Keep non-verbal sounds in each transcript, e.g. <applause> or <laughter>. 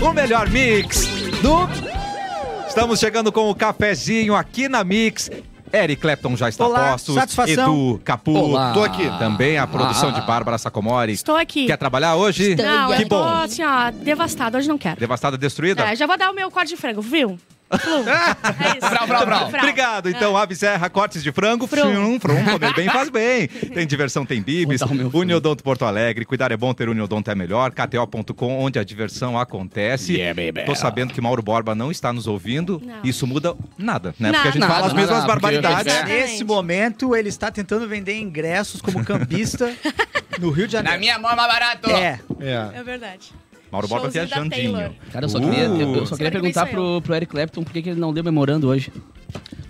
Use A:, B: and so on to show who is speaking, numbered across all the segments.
A: o melhor mix do. Estamos chegando com o cafezinho aqui na Mix. Eric Clapton já está
B: Olá,
A: postos.
B: satisfação.
A: Edu Capu.
C: Olá.
A: Tô aqui. Também a produção de Bárbara Sacomori.
B: Estou aqui.
A: Quer trabalhar hoje?
B: Não,
A: que
B: eu tô
A: bom.
B: assim, ó, devastada. Hoje não quero.
A: Devastada, destruída?
B: É, já vou dar o meu corte de frango, viu?
A: <laughs>
B: Flu. é isso.
C: Brau, brau, brau.
A: Obrigado. Então, Ave Serra, cortes de frango. Frum,
B: É. Frum.
A: frum. Comer bem faz bem.
B: <laughs>
A: Tem diversão, tem bibis.
C: Vou dar o meu frum.
A: Uniodonto Porto Alegre. Cuidar é bom, ter Uniodonto é melhor. KTO.com, onde a diversão acontece.
C: Yeah, baby.
A: Tô sabendo que Mauro Borba não está nos ouvindo.
B: Não.
A: Isso muda nada, né?
B: Nada.
A: Porque a gente
B: Nada,
D: Ah,
A: fala as
C: nada,
A: mesmas
C: nada, porque-
A: barbaridades.
B: Exatamente.
D: Nesse momento, ele está tentando vender ingressos como
B: <laughs>
D: campista no Rio de
C: Na
D: Janeiro.
C: minha mão é mais barato.
D: É.
B: É verdade.
A: Mauro Borba
B: Showzinho da
A: viajandinho.
B: Taylor.
C: Cara, eu só queria,
A: Uh.
C: eu- eu só queria
B: Será que vem
C: perguntar
B: só eu?
C: pro, pro Eric Clapton por que, que ele não deu memorando hoje.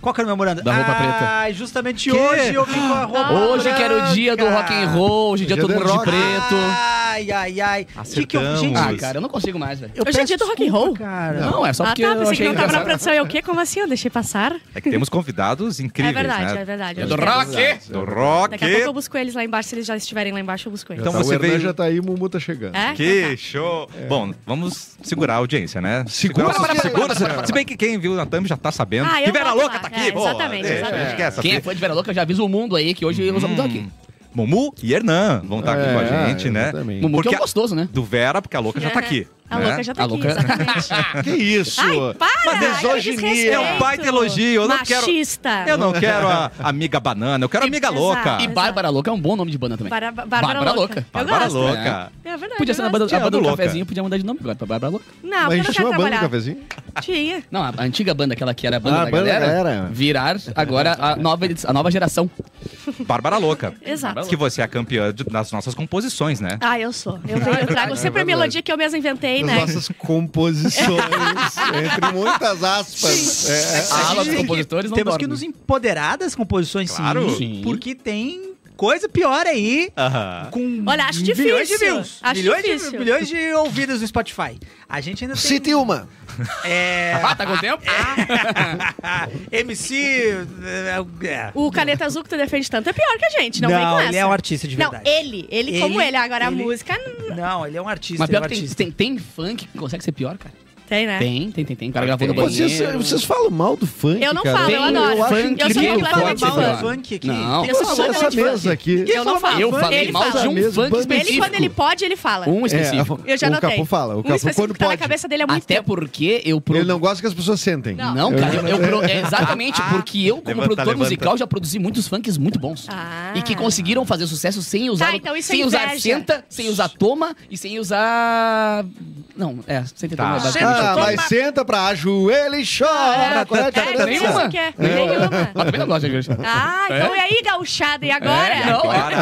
D: Qual que era o memorando?
C: Da roupa
D: ah,
C: preta.
D: justamente hoje eu vim com a roupa
C: Hoje que era o dia do
D: branca.
C: rock and roll, hoje em dia
E: Dia
C: todo
E: do
C: mundo de
E: rock.
C: preto.
D: Ai, ai, ai. Que que eu,
A: Acertamos.
D: gente,
C: Ah, cara, eu não consigo mais, velho.
D: eu
B: Hoje é
D: peço
B: dia do rock and
D: desculpa,
B: roll?
D: Cara.
C: Não, é só
B: Ah,
C: porque
B: tá.
C: eu
B: Pensei
C: achei
B: que não tava na
C: engraçado.
B: produção. Eu o quê? Como assim? Eu deixei passar?
A: É que temos convidados incríveis,
B: é verdade,
A: né?
B: é verdade.
C: É
B: Eu
C: do
B: acho que
C: rock!
A: Do rock.
B: Daqui a pouco eu busco eles lá embaixo. Se eles já estiverem lá embaixo, eu busco eles.
A: Então
E: Então
A: você
E: o Hernan
A: veio-
E: já tá aí, o Mumu tá chegando.
B: é?
A: Que show! Bom, vamos segurar a audiência, né?
E: Segura,
A: Segurar-
E: para, para,
A: segura.
E: para, para, para.
A: Se bem que quem viu na thumb já tá sabendo.
B: Ah, eu
A: que Vera
B: boto
A: Louca
B: lá.
A: tá aqui,
B: É,
A: boa.
B: exatamente,
A: Deixa,
B: exatamente.
A: deixa que essa
C: Quem é
A: fica.
C: fã de Vera Louca já avisa o mundo aí que hoje nós vamos estar aqui.
A: Mumu e Hernan vão estar aqui
E: É,
A: com a gente, né?
E: exatamente.
C: Mumu que é
A: Porque
C: um
A: a-
C: gostoso, né?
A: Do Vera, porque a Louca já tá aqui.
B: É. A
A: né?
B: louca já tá
C: A
B: aqui,
C: louca-
A: <laughs>
B: exatamente.
E: Que isso?
B: Ai, para!
E: misoginia.
A: É um baita elogio, eu não quero-
B: Machista.
A: Eu não quero a amiga banana, eu quero a amiga
B: Exato.
A: louca.
C: E
B: Exato.
C: Bárbara Louca é um bom nome de banda também.
B: Bara- Bárbara
C: Bárbara
B: Louca.
C: Louca.
B: Eu
A: Bárbara
B: gosto.
A: louca.
B: É verdade.
C: Podia
B: eu
C: ser na banda,
B: gosto.
C: a banda do
A: Louca.
C: cafezinho, podia mudar de nome agora pra Bárbara Louca.
B: Não,
E: Mas a
B: porque eu não
E: gente
B: quero
E: tinha uma banda do
B: trabalhar.
E: cafezinho?
B: Tinha.
C: Não, a antiga banda, aquela que era a banda,
E: Ah,
C: da,
E: a banda da
C: galera,
E: galera.
C: virar agora a nova, edi- a nova geração.
A: Bárbara Louca.
B: Exato.
A: Que você é a campeã de- das nossas composições, né?
B: Ah, eu sou. Eu, venho, eu
D: <laughs> É
B: trago sempre a
E: verdade.
B: melodia que eu mesma inventei,
E: As
B: né?
E: nossas
B: <laughs>
E: composições, entre muitas aspas. É,
C: A ala dos
D: Sim.
C: compositores não
D: Temos
C: dorme.
D: que nos empoderar das composições, sim,
A: Claro.
C: Sim.
D: Porque tem coisa pior aí.
A: Aham.
D: Com
B: Olha, acho
D: milhões de
B: difícil.
D: views,
B: Acho
D: milhões de
B: difícil.
D: milhões de ouvidas no Spotify. A gente ainda tem
E: Cite uma.
D: é,
C: Ah, tá com tempo?
D: Ah, MC é, é.
B: O Caneta Azul que tu defende tanto é pior que a gente, não, vem com essa.
D: ele é um artista de
B: Não,
D: verdade.
B: ele, ele, como
D: Ele-
B: ele. Agora
D: ele-
B: a música não
D: Não, ele é um artista,
C: Mas
D: ele é
C: pior
D: um
C: que tem,
D: artista. É.
C: tem, tem funk que consegue ser pior, cara.
B: tem, né?
C: Tem, tem, tem, tem. O cara gravou no
A: Tem.
C: banheiro.
E: Vocês, vocês falam mal do funk,
B: Eu não
E: cara.
B: falo, Ah, eu adoro.
C: funk
B: Eu sou
C: que é forte,
B: completamente fã.
C: cara.
D: Funk aqui.
C: Não,
B: Eu sou
E: Nossa, essa
B: completamente fã.
E: mesa aqui.
B: Eu não falo.
C: eu falei
B: ele
C: mal
B: fala.
C: de um
E: Mesmo
C: funk
E: bando.
B: Ele,
C: específico.
B: quando ele pode, ele fala.
C: Um
E: É,
C: específico.
B: Eu já
E: o
B: notei.
E: Capu fala, o
B: um
E: Capu
B: específico
E: quando
B: que tá na
E: pode.
B: cabeça dele há muito
C: Até
B: tempo.
C: porque eu... pro-
E: Ele não gosta que as pessoas sentem.
B: Não.
C: Não, cara, eu, eu pro- é, exatamente, porque eu, como
A: Levanta,
C: produtor
A: levanta.
C: musical, já produzi muitos funks muito bons.
B: Ah.
C: E que conseguiram fazer sucesso sem usar.
B: Tá, então isso é
C: sem usar
B: inveja.
C: senta, sem usar toma e sem usar. Não, é, senta e
A: Tá.
C: toma. é basicamente
E: Ah,
C: o que eu-
E: mas senta pra ajoelha e chora. Qual é,
B: É,
E: tcharam,
B: nem
E: tcharam.
B: isso que é. Nenhuma.
C: Mas também não gosto de igreja.
B: Ah, então e aí, gauchada? E agora?
C: É, não.
A: Agora.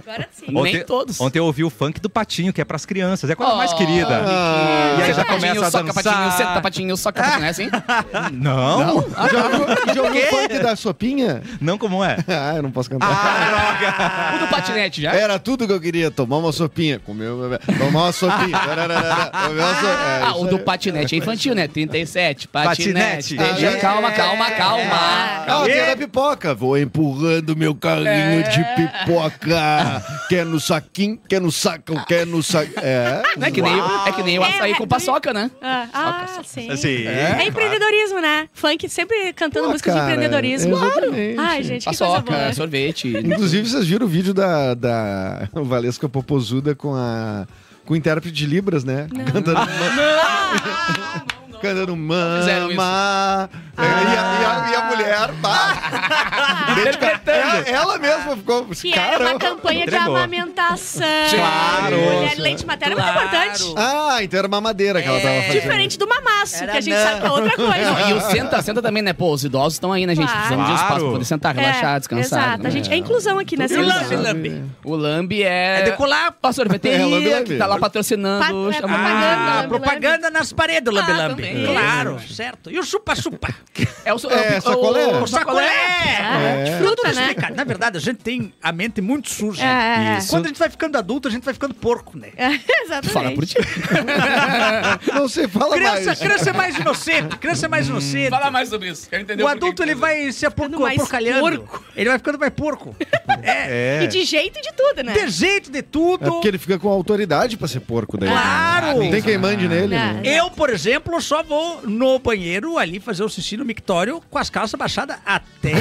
B: Agora sim.
C: Nem todos.
A: Ontem eu ouvi o funk do Patinho, que é pras crianças. É a coisa mais
C: Oh,
A: querida.
E: Ah,
A: E aí já
C: Patinho,
A: começa a
C: soca, Patinho,
A: dançar.
C: senta, patinho, soca, patinho, não <laughs> é assim?
A: Não? Não,
E: já ouviu- já ouviu o funk da sopinha?
A: como é?
E: Ah, eu não posso cantar.
A: <laughs>
C: O do patinete já?
E: Era tudo que eu queria, tomar uma sopinha, comer, tomar uma
C: <laughs>
E: sopinha. tararara, comer uma so- é,
C: Ah, o
E: isso
C: do
E: aí.
C: patinete é infantil, né? 37,
A: Patinete.
C: patinete. Entendi.
E: Ah, é.
C: Calma, calma, calma.
B: Ah.
E: Ah, tem da pipoca. Vou empurrando meu carrinho de
C: É.
E: pipoca. Quer no saquinho, quer no saco, quer no saco. É.
C: Não é que nem, é que nem o
B: É,
C: açaí
B: é
C: com
B: doido.
C: paçoca, né?
B: Ah, ah, sim.
A: Assim,
B: É empreendedorismo, né? Funk sempre cantando
E: Pô,
B: música
E: cara,
B: de empreendedorismo.
E: exatamente.
B: Ai, gente, que coisa boa.
C: Paçoca, sorvete.
E: Inclusive, vocês viram o vídeo da, da Valesca Popozuda com a. Com o intérprete de Libras, né? Cantando
C: Ah,
E: Não! Cantando
C: fizeram isso. Ah.
E: Mama. É, e, a, e a- e a mulher, tá?
A: É.
E: ela, ela mesma ficou.
B: Que era
C: tá
B: uma
E: Caramba.
B: campanha
A: Entregou.
B: de amamentação.
A: Claro.
B: Mulher de leite materna é muito
C: Claro. É.
B: importante.
E: Ah, então era uma madeira que ela tava fazendo.
B: Diferente do mamaço,
D: Era
B: que a gente
D: não.
B: sabe que é outra coisa.
C: E o senta, senta também, né? Pô, os idosos estão aí, né, gente?
B: Claro.
C: Precisando de espaço
A: Claro.
C: pra poder sentar, relaxar, descansar.
B: É, Exato.
C: né?
B: A gente, é inclusão aqui nessa
C: Tudo
B: emissão.
C: isso. O Lambi é...
D: É decolar.
C: Uma
E: É, Lambi
C: sorveteria
E: Lambi.
C: que tá lá patrocinando.
B: Pa- é
C: chama-
B: propaganda.
D: Ah,
B: Lambe,
D: propaganda nas paredes,
B: Ah,
D: lambe, lambe.
B: também. <laughs>
D: Claro, certo. E o chupa-chupa?
C: É o, so-
E: É,
C: o- o-
E: sacolé.
C: o sacolé.
B: É, de fruta,
D: Tudo
B: né?
D: explicado. Na verdade, a gente tem a mente muito suja.
B: É, é, é.
A: Isso.
D: Quando a gente vai ficando adulto, a gente vai ficando porco, né?
B: É, <laughs> exatamente.
C: Fala por ti.
E: Não sei, fala
D: Criança,
E: mais.
D: criança é mais inocente, criança é mais
B: Hum,
D: inocente.
C: Fala mais sobre isso. Quero entender
D: O
C: por que
D: adulto
C: que
D: ele
C: tá
D: vai se
B: Ficando
D: aporco,
B: mais
D: aporcalhando.
B: porco.
D: Ele vai ficando mais
B: <laughs>
D: porco.
A: É.
B: E de jeito e de tudo, né?
D: De jeito de tudo.
E: É porque ele fica com autoridade pra ser porco daí. né?
B: Ah,
D: Claro!
E: Não tem quem mande nele.
B: Não.
C: É.
E: né?
D: Eu, por exemplo, só vou no banheiro ali fazer o xixi no mictório com as calças baixadas até,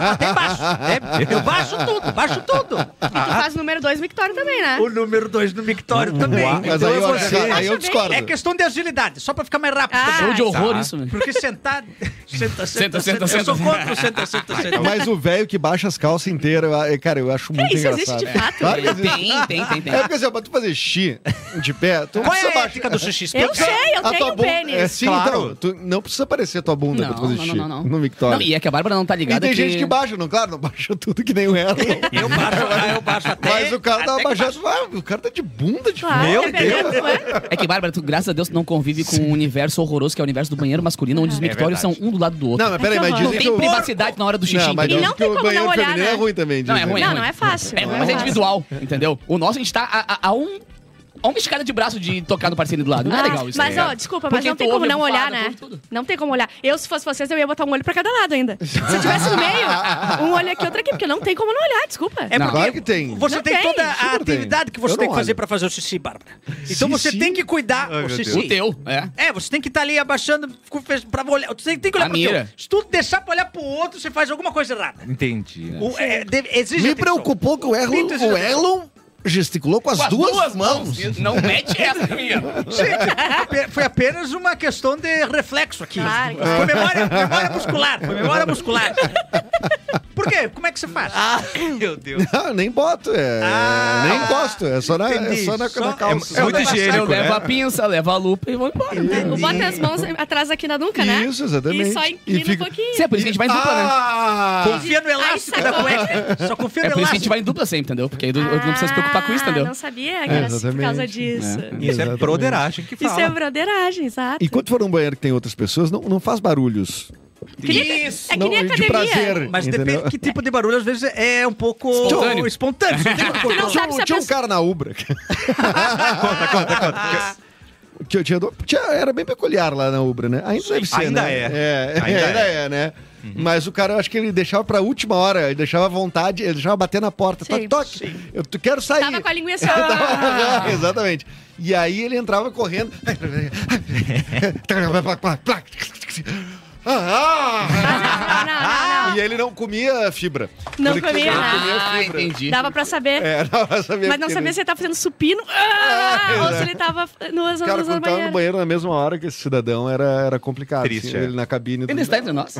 D: até baixo. né? Eu baixo tudo, baixo tudo.
B: E tu faz o número 2 Victória também, né?
D: O número 2 no mictório também.
E: Mas
D: Então eu
E: aí eu,
D: vou-
E: acho que- aí eu
B: Acho bem-
E: discordo.
D: É questão de agilidade, só pra ficar mais rápido.
B: Ah.
C: Show de horror
A: Tá.
C: isso,
D: <laughs>
C: velho.
D: Porque sentar. Senta, senta, senta,
C: Senta, senta,
D: Eu sou
C: senta.
D: contra o senta, senta, senta.
E: Mas o velho que baixa as calças inteiras, eu- cara, eu acho muito
B: É isso existe
E: engraçado.
B: de fato?
E: Claro que existe.
C: Tem, tem, tem, <laughs> tem.
E: É porque assim, pra tu fazer xixi de pé, tu não
D: Qual
E: precisa
D: é a
E: baixar.
D: ética do xixi?
B: Eu
D: Explica.
B: sei, eu
E: a
B: tenho
E: tua
B: um
E: bunda-
B: pênis.
E: É, sim,
A: Claro.
E: então. Tu não precisa aparecer a tua bunda
C: Não,
E: pra tu fazer
C: não,
E: xixi
C: não, não, não.
E: no Victoria.
C: Não, e é que a Bárbara não tá
E: E
C: ligada
E: tem gente que baixa, não, claro, não baixa tudo que nem o ela.
D: Eu baixo, eu baixo até.
E: Mas o cara tá
D: até que
E: baixado. Ah, o cara tá de bunda de
B: Claro,
A: Meu
B: tá pegando,
A: Deus.
B: ué.
C: É que, Bárbara, tu, graças a Deus, tu não convive com um universo horroroso que é o universo do banheiro masculino, onde os mictórios são
A: verdade.
C: um do lado do outro.
E: Não, mas peraí, mas
B: Não
C: Não
E: dizem que
C: tem
E: o...
C: privacidade na hora do xixi.
E: Não, mas
B: E
C: entendeu?
E: dizem
B: não
E: que
B: tem
E: o
B: como
E: banheiro
B: não olhar,
E: feminino é
B: né?
E: ruim também.
C: Não, é
E: dizem.
C: ruim,
B: Não, não é fácil.
C: É
B: não
C: ruim, mas é
B: fácil.
C: individual, entendeu? O nosso a gente tá a, a- a um. A uma escada de braço de tocar no parceiro do lado. Não é
B: Ah,
C: legal isso.
B: mas,
C: né?
B: ó, desculpa, mas
C: Porque
B: não
C: tu
B: tem como
C: ouve a
B: não olhar,
C: bufada,
B: né?
C: tu ouve tudo.
B: Não tem como olhar. Eu, se fosse vocês, eu ia botar um olho pra cada lado ainda. Se eu tivesse no meio,
E: <laughs>
B: um olho aqui, outro aqui, porque não tem como não olhar, desculpa.
D: É
C: Não.
D: porque
E: Claro que tem.
D: Você
B: Não
D: tem,
B: tem.
D: toda a
E: Super tem.
D: atividade que
E: Eu
D: você
E: não
D: tem que fazer
E: olho.
D: pra fazer o xixi, Bárbara. Então você
E: Xixi?
D: tem que cuidar
A: Ai,
D: o
A: meu
D: xixi.
A: Deus.
C: O teu, é.
D: É, você tem que estar ali abaixando, com- fez- pra olhar. Você tem que olhar
C: A
D: pro teu.
C: mira.
D: Se tu deixar pra olhar pro outro, você faz alguma coisa errada.
A: Entendi.
E: né?
D: O- é, deve- exige
E: Me
D: atenção.
E: preocupou que o Erlon,
D: Pinto, isso
E: o
D: já-
E: Erlon gesticulou com as,
C: Com as
E: duas, mãos.
C: Não mete essa,
D: <laughs>
C: menina.
D: Gente, ape- foi apenas uma questão de reflexo aqui.
B: Claro.
D: Foi memória, memória muscular. Foi memória muscular. Por quê? Como é que você faz?
B: Ah.
A: Meu Deus.
E: <laughs> Não, nem boto, é,
D: Ah,
E: nem encosto, é só na, é
D: entendi.
E: só na,
D: Só-
E: na calça.
A: é- é muito
D: Só-
A: higiênico.
C: Eu
A: Né?
C: levo a pinça, levo a lupa e vou embora.
B: O bota as mãos atrás aqui na nuca, né?
E: Isso, exatamente.
B: E só inclina
E: E fica-
B: um pouquinho.
C: Sim, é por isso que a gente vai em dupla, né?
E: Ah!
D: Confia no elástico
B: Ai,
D: da
B: sacou.
D: cueca. Só confia
C: É
D: no
C: por isso que a gente
D: elástico.
C: vai em dupla sempre, entendeu? Porque aí tu- não precisa se preocupar com isso,
B: Ah,
C: entendeu?
B: Não sabia que era assim por causa
E: É, Exatamente.
B: disso.
A: Isso é
E: Exatamente.
A: broderagem que
B: Isso é
A: fala.
B: broderagem, exato.
E: E quando for um banheiro que tem outras pessoas, não, não faz barulhos.
B: Que nem-
D: Isso.
B: É que
E: não,
B: nem
E: de
B: academia.
E: prazer.
D: Mas
E: entendeu?
D: depende que tipo de barulho, às vezes é um pouco
C: Espontâneo.
D: espontâneo. Você não tem muito
B: Tu não
D: controle.
B: sabe Tá se
E: Tinha,
B: a
E: tinha um
B: pessoa...
E: cara na Ubra
A: <laughs> Conta, conta, conta.
E: que eu tinha, do- tinha- Era bem peculiar lá na Ubra, né? Ainda deve ser.
A: ainda
E: né?
A: é.
E: é.
A: Ainda
E: <laughs> Ainda, é. né? Mas o cara, eu acho que ele deixava pra última hora, ele deixava à vontade, ele deixava bater na porta.
B: Sim.
E: Toque, toque. Eu tu- quero sair.
B: Tava com a linguiça...
E: <laughs> Exatamente. E aí ele entrava
B: <laughs>
E: correndo. Ah,
B: Ah, não, não, não,
E: e ele não comia fibra.
B: Não
E: Porque
B: comia
E: não
B: nada.
E: comia
C: Ah,
E: fibra.
C: entendi.
B: não. Dava pra saber.
E: É, <laughs> não sabia
B: Mas não
E: porque
B: sabia
E: ele-
B: se ele tava fazendo supino ah,
E: É,
B: ou se
E: né?
B: ele tava
E: O
B: no
E: cara,
B: banheiro.
E: quando tava no banheiro na mesma hora que esse cidadão, era, era complicado.
A: Triste,
E: assim,
A: é.
E: Ele na cabine. do-
C: Ainda está entre nós.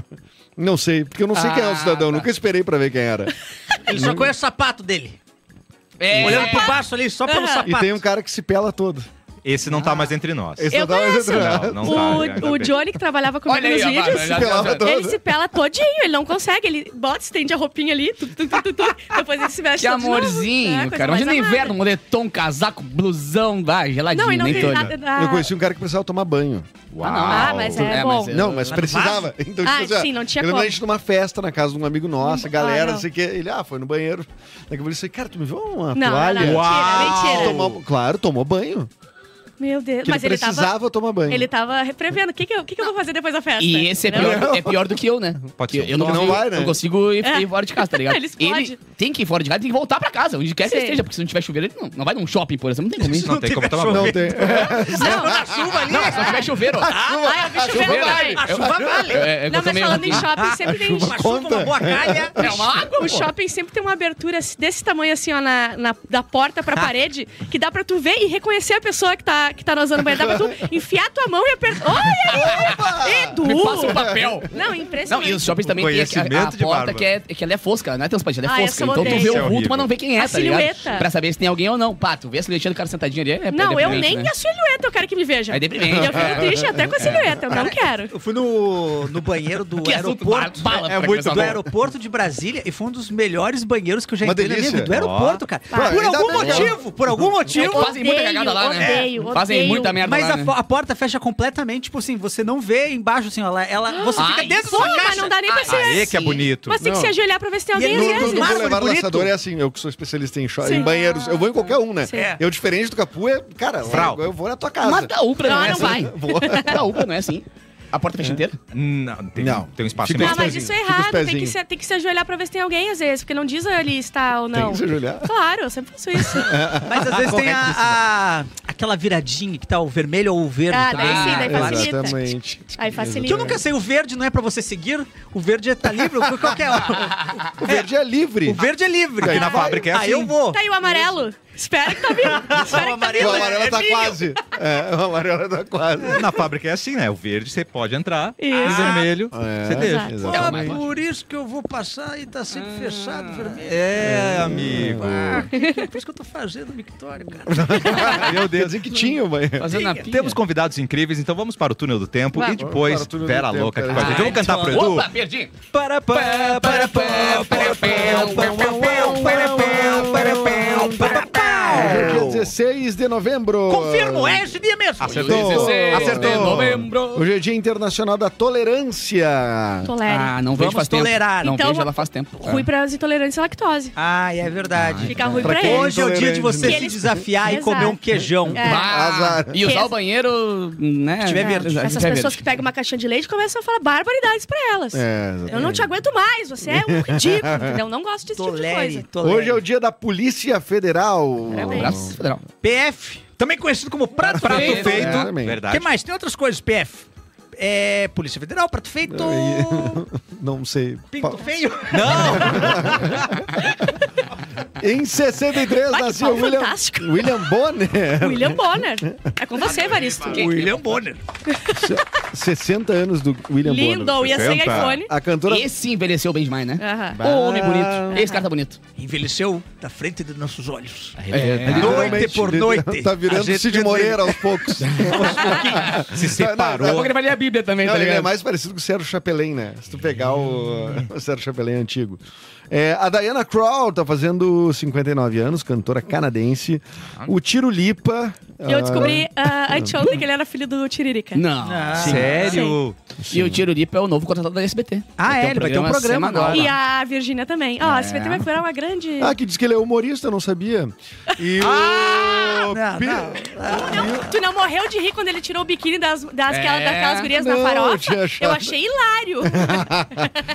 E: Não sei, porque eu não sei quem é o
C: Ah,
E: cidadão.
C: tá.
E: Nunca esperei pra ver
B: <laughs>
E: quem era.
D: um- Ele só conhece o sapato dele.
C: É.
D: Olhando por baixo ali, só pelo
B: Aham.
D: sapato.
E: E tem um cara que se pela todo.
A: Esse não tá mais entre nós.
E: Esse é
B: Eu
E: não tava
B: conheço.
E: entrando.
A: Não, não tá, ainda
B: O, o
A: bem.
B: Johnny, é que trabalhava comigo
C: Olha aí,
B: nos
C: ó,
B: vídeos,
C: Bárbara, já, tá
E: Pelava
C: já, já.
E: todo.
B: ele se pela todinho, ele não consegue. Ele bota, estende a roupinha ali, tu, tu, tu, tu, tu, depois ele se mexe
C: Que
B: todo de novo. É,
C: amorzinho,
B: coisa
C: cara.
B: mais
C: Imagina
B: amada.
C: inverno, moletom, casaco, blusão, vai, geladinho,
B: Não, e não
C: nem
B: tem
C: todo.
B: nada... ah,
E: <laughs> Eu conheci um cara que precisava tomar banho.
A: Uau.
B: Ah, mas é
C: É,
B: bom.
C: mas é-
E: Não, mas
D: Mas no
E: precisava.
D: vaso?
E: Então,
B: Ah,
E: assim, ó,
B: sim, não tinha
E: eu lembro
B: como.
E: a gente numa festa na casa de um amigo nosso, a
B: Ah,
E: galera,
B: não.
E: não sei o quê. Ele, ah, foi no banheiro. Daqui a pouco ele disse, cara, tu me viu
B: Não,
E: uma
B: não,
E: toalha?
B: não, mentira,
A: Uau.
B: mentira.
E: Tomou- claro, tomou banho.
B: Meu Deus,
E: Que
B: mas
E: ele
B: ele
E: precisava
B: tava...
E: tomar banho.
B: Ele tava prevendo, o que que eu, o que que eu vou fazer depois da festa?
C: E esse é
B: Não?
C: pior, é pior do que eu, né?
A: Pode
C: Que
A: ser.
C: eu não,
E: Não
C: consigo,
E: vai, né?
C: não consigo ir,
B: É.
C: ir fora de casa, tá
B: <laughs>
C: ligado?
B: Ele explode.
C: tem que ir fora de casa, tem que voltar pra casa, onde quer que
B: Sim.
C: ele esteja, porque se não tiver chuveiro, ele não, não vai num shopping, por exemplo, não tem como ir.
A: Não, tem como tomar
E: Não
A: banho.
E: tem.
B: Não,
D: chuva ali.
C: Não, se não tiver chuveiro, tá?
B: ah, eu vi chovendo também.
D: A chuva vale.
C: Eu- é- é que
B: Não,
C: eu tô
B: mas
C: meio-
B: falando em shopping, sempre tem...
D: Uma chuva,
E: Conta.
D: uma boa calha.
C: É uma água,
B: O
C: pô.
B: shopping sempre tem uma abertura desse tamanho, assim, ó, na, na- da porta
C: Ah.
B: pra parede, que dá pra tu ver e reconhecer a pessoa que tá, que tá nos usando o banheiro. Dá pra
C: <laughs>
B: tu enfiar tua mão e apertar. Olha aí! Edu!
C: Me passa o papel.
B: Não,
C: Não,
B: impressionante.
C: e os shoppings também
A: O
C: tem a- a, a
A: conhecimento de
C: porta
A: Bárbara.
C: que, é, que ela é fosca, ela não é transparente, ela é
B: Ah,
C: fosca.
B: essa eu
C: Então tu
B: odeio.
A: Isso
C: vê
A: é
C: o vulto,
A: horrível.
C: mas não vê quem é,
B: A
C: tá ligado?
B: silhueta.
C: Pra saber se tem alguém ou não. Pá, tu vê a silhuetinha do cara sentadinho ali, é
B: Não, eu
C: deprimente,
B: nem
C: né?
B: a silhueta, eu cara que me veja.
C: É deprimente.
B: E eu fico triste até com a silhueta, eu não quero.
D: Eu fui no, no banheiro do
C: Que assunto
D: aeroporto.
C: ba- bala
D: é
C: pra
D: muito
C: começar
D: do
C: a-
D: aeroporto de Brasília e foi um dos melhores banheiros que eu já
E: Uma
D: entrei na minha
E: delícia.
D: vida. Do aeroporto, cara. por
E: ainda
D: algum
E: bem, né?
D: motivo, por algum motivo.
C: É, Fazem muita cagada lá, né?
B: odeio,
C: Fazem
B: odeio.
C: muita merda
D: Mas
C: lá,
D: a,
C: né?
D: fo- a porta fecha completamente, tipo assim, você não vê embaixo, assim, ó, ela, ela- você
C: Ah,
D: fica dentro
C: isso
D: da
B: Pô,
D: sua
B: mas
D: caixa.
B: não dá nem
C: Ah,
B: pra ser.
A: Aê, que é
C: Sim.
A: bonito.
B: Mas tem que
E: Não.
B: se ajoelhar pra ver se tem alguém
D: E
B: às
D: no- no-
E: é No,
B: vezes.
E: no
D: Mármore
E: Boulevard
D: bonito.
E: Laçador é assim, eu que sou especialista em, show,
B: Sim.
E: em banheiros, eu vou em qualquer um, né?
B: Sim.
D: É.
E: Eu, diferente do Capu, é, cara,
A: Frau.
E: eu vou na tua casa.
C: Mas da Ubra não,
B: Não,
C: é
B: não
C: assim.
A: <laughs>
B: vai.
E: Vou.
C: Da Ubra não é assim. A porta fecha inteira?
A: Não, tem,
E: Não.
A: tem um espaço
E: Fica
B: Ah,
A: embaixo.
E: os
B: mas isso é
E: pezinhos, fica os
B: errado. Tem que,
E: pezinhos.
B: se, tem que se ajoelhar pra ver se tem alguém às vezes, porque não diz ali se tá ou não.
E: Tem que se ajoelhar.
B: Claro, eu sempre faço
E: <laughs>
B: isso.
D: Mas às vezes tem a, a- aquela viradinha que tá o vermelho ou o verde.
B: Ah,
D: tá?
B: daí sim, daí
D: claro.
B: facilita.
E: É, Exatamente.
B: Aí facilita.
D: Que eu nunca sei, o verde não é pra você seguir, o verde é, tá livre, qual que é? O
E: O verde é livre.
D: O verde é livre.
A: Aqui na fábrica é
D: Aí
A: assim.
D: eu vou.
B: Tá aí o amarelo. Espera que tá vindo. Espera que tá
E: O
B: vindo.
E: amarelo tá
B: É milho.
E: quase. É, o amarelo tá quase.
A: Na fábrica é assim, né? O verde você pode entrar, o
B: Isso.
A: vermelho
E: É,
A: você deixa.
B: Exato.
D: Ah,
E: Exatamente.
D: por isso que eu vou passar e tá sempre
B: Ah.
D: fechado, vermelho.
A: É, amigo.
D: É por isso que eu tô fazendo Victória, cara.
A: Meu
E: Quer
A: Deus.
E: dizer que tinha, mas...
C: Fazendo na pia.
A: Temos convidados incríveis, então vamos para o túnel do tempo e
B: Vamos.
A: depois
E: Para o túnel do
A: Vera
E: tempo,
A: Louca aqui
E: é.
A: com a gente. Vamos cantar pro Edu?
C: Opa, perdi.
A: <laughs> Para, para, para, para, para, para, para,
E: Hoje é dia 16 de novembro.
D: Confirmo, é esse dia mesmo.
A: Acertou.
C: de
A: Acertou.
C: novembro.
E: Hoje é dia internacional da tolerância.
B: Tolere.
C: Ah, tá. não vejo
D: Vamos
C: faz tempo.
D: tolerar.
C: Não
B: Então,
C: vejo
B: vou-
C: ela faz tempo.
B: Ruim para as intolerantes à lactose.
D: Ai, é verdade.
B: Fica ruim
E: Pra
B: pra
E: quem?
B: eles.
D: Hoje é o dia de você
A: né?
B: Que
D: se
B: eles-
D: desafiar e
B: Exato.
D: comer um queijão.
B: É.
C: Ah,
E: Azar.
C: E usar
B: Esse-
C: o banheiro, né?
D: tiver
B: É,
D: verde.
C: Se
B: Essas
C: tiver
B: pessoas
C: verde.
B: que pegam uma caixinha de leite começam a falar barbaridades pra elas.
E: É, exatamente.
B: Eu não te aguento mais, você é um ridículo, entendeu? Não gosto desse tipo de
D: Tolere,
B: coisa.
D: tolere.
E: Hoje é o dia da Polícia Federal.
C: É
B: Parabéns.
C: Braço federal.
D: PF, também conhecido como prato,
C: Prato
D: feito.
C: feito.
E: É, também.
D: O
A: Verdade.
D: que mais? Tem outras coisas, PF. É, Polícia Federal, prato feito,
E: <laughs> Não sei.
D: pinto
A: <laughs>
D: feio.
A: Não!
E: Em 63
B: Ai, que
E: nasceu
B: pau
E: William,
B: fantástico.
E: William Bonner.
B: William Bonner. É com você, Evaristo.
D: <laughs> William Bonner.
E: Se- 60 anos do William Bonner.
B: Lindo, ia sem
A: Senta.
B: iPhone.
E: A cantora.
C: Esse envelheceu bem demais, né?
B: Aham.
C: Ô, homem
B: É.
C: bonito. Esse cara tá bonito.
D: Envelheceu da frente de nossos <laughs> olhos.
E: É,
D: Noite por noite.
E: Tá
D: A
E: virando
D: gente
E: Cid
D: vê-
E: Moreira aos
D: <laughs>
E: poucos.
A: Se
E: Não,
A: separou.
E: não,
C: vai ler a Bíblia também,
D: Tá
C: tá
E: Não, ele é mais parecido com o Sérgio Chapelein, né? Se tu pegar o, o Sérgio Chapelein antigo. É, a Diana Krall tá fazendo 59 anos, cantora canadense. O Tiro Lipa.
B: Eu descobri ah, anteontem que ele era filho do Tiririca.
C: Não.
B: Ah,
A: Sério?
C: E o Tiro Lipa é o novo contratado da SBT.
D: Ah, é, ele vai ter um programa
C: semanal
D: agora.
B: E
C: lá.
B: a Virgínia também. Ó, a SBT vai virar uma grande...
E: É. Ah, que diz que ele é humorista, não sabia. E
B: Ah,
E: o.
D: não,
E: Pi-
B: Não, tu não morreu de rir quando ele tirou o biquíni das, das,
C: É.
B: aquela- daquelas gurias
E: Não,
B: na
E: eu
B: farofa?
E: tinha achado.
B: Eu achei hilário.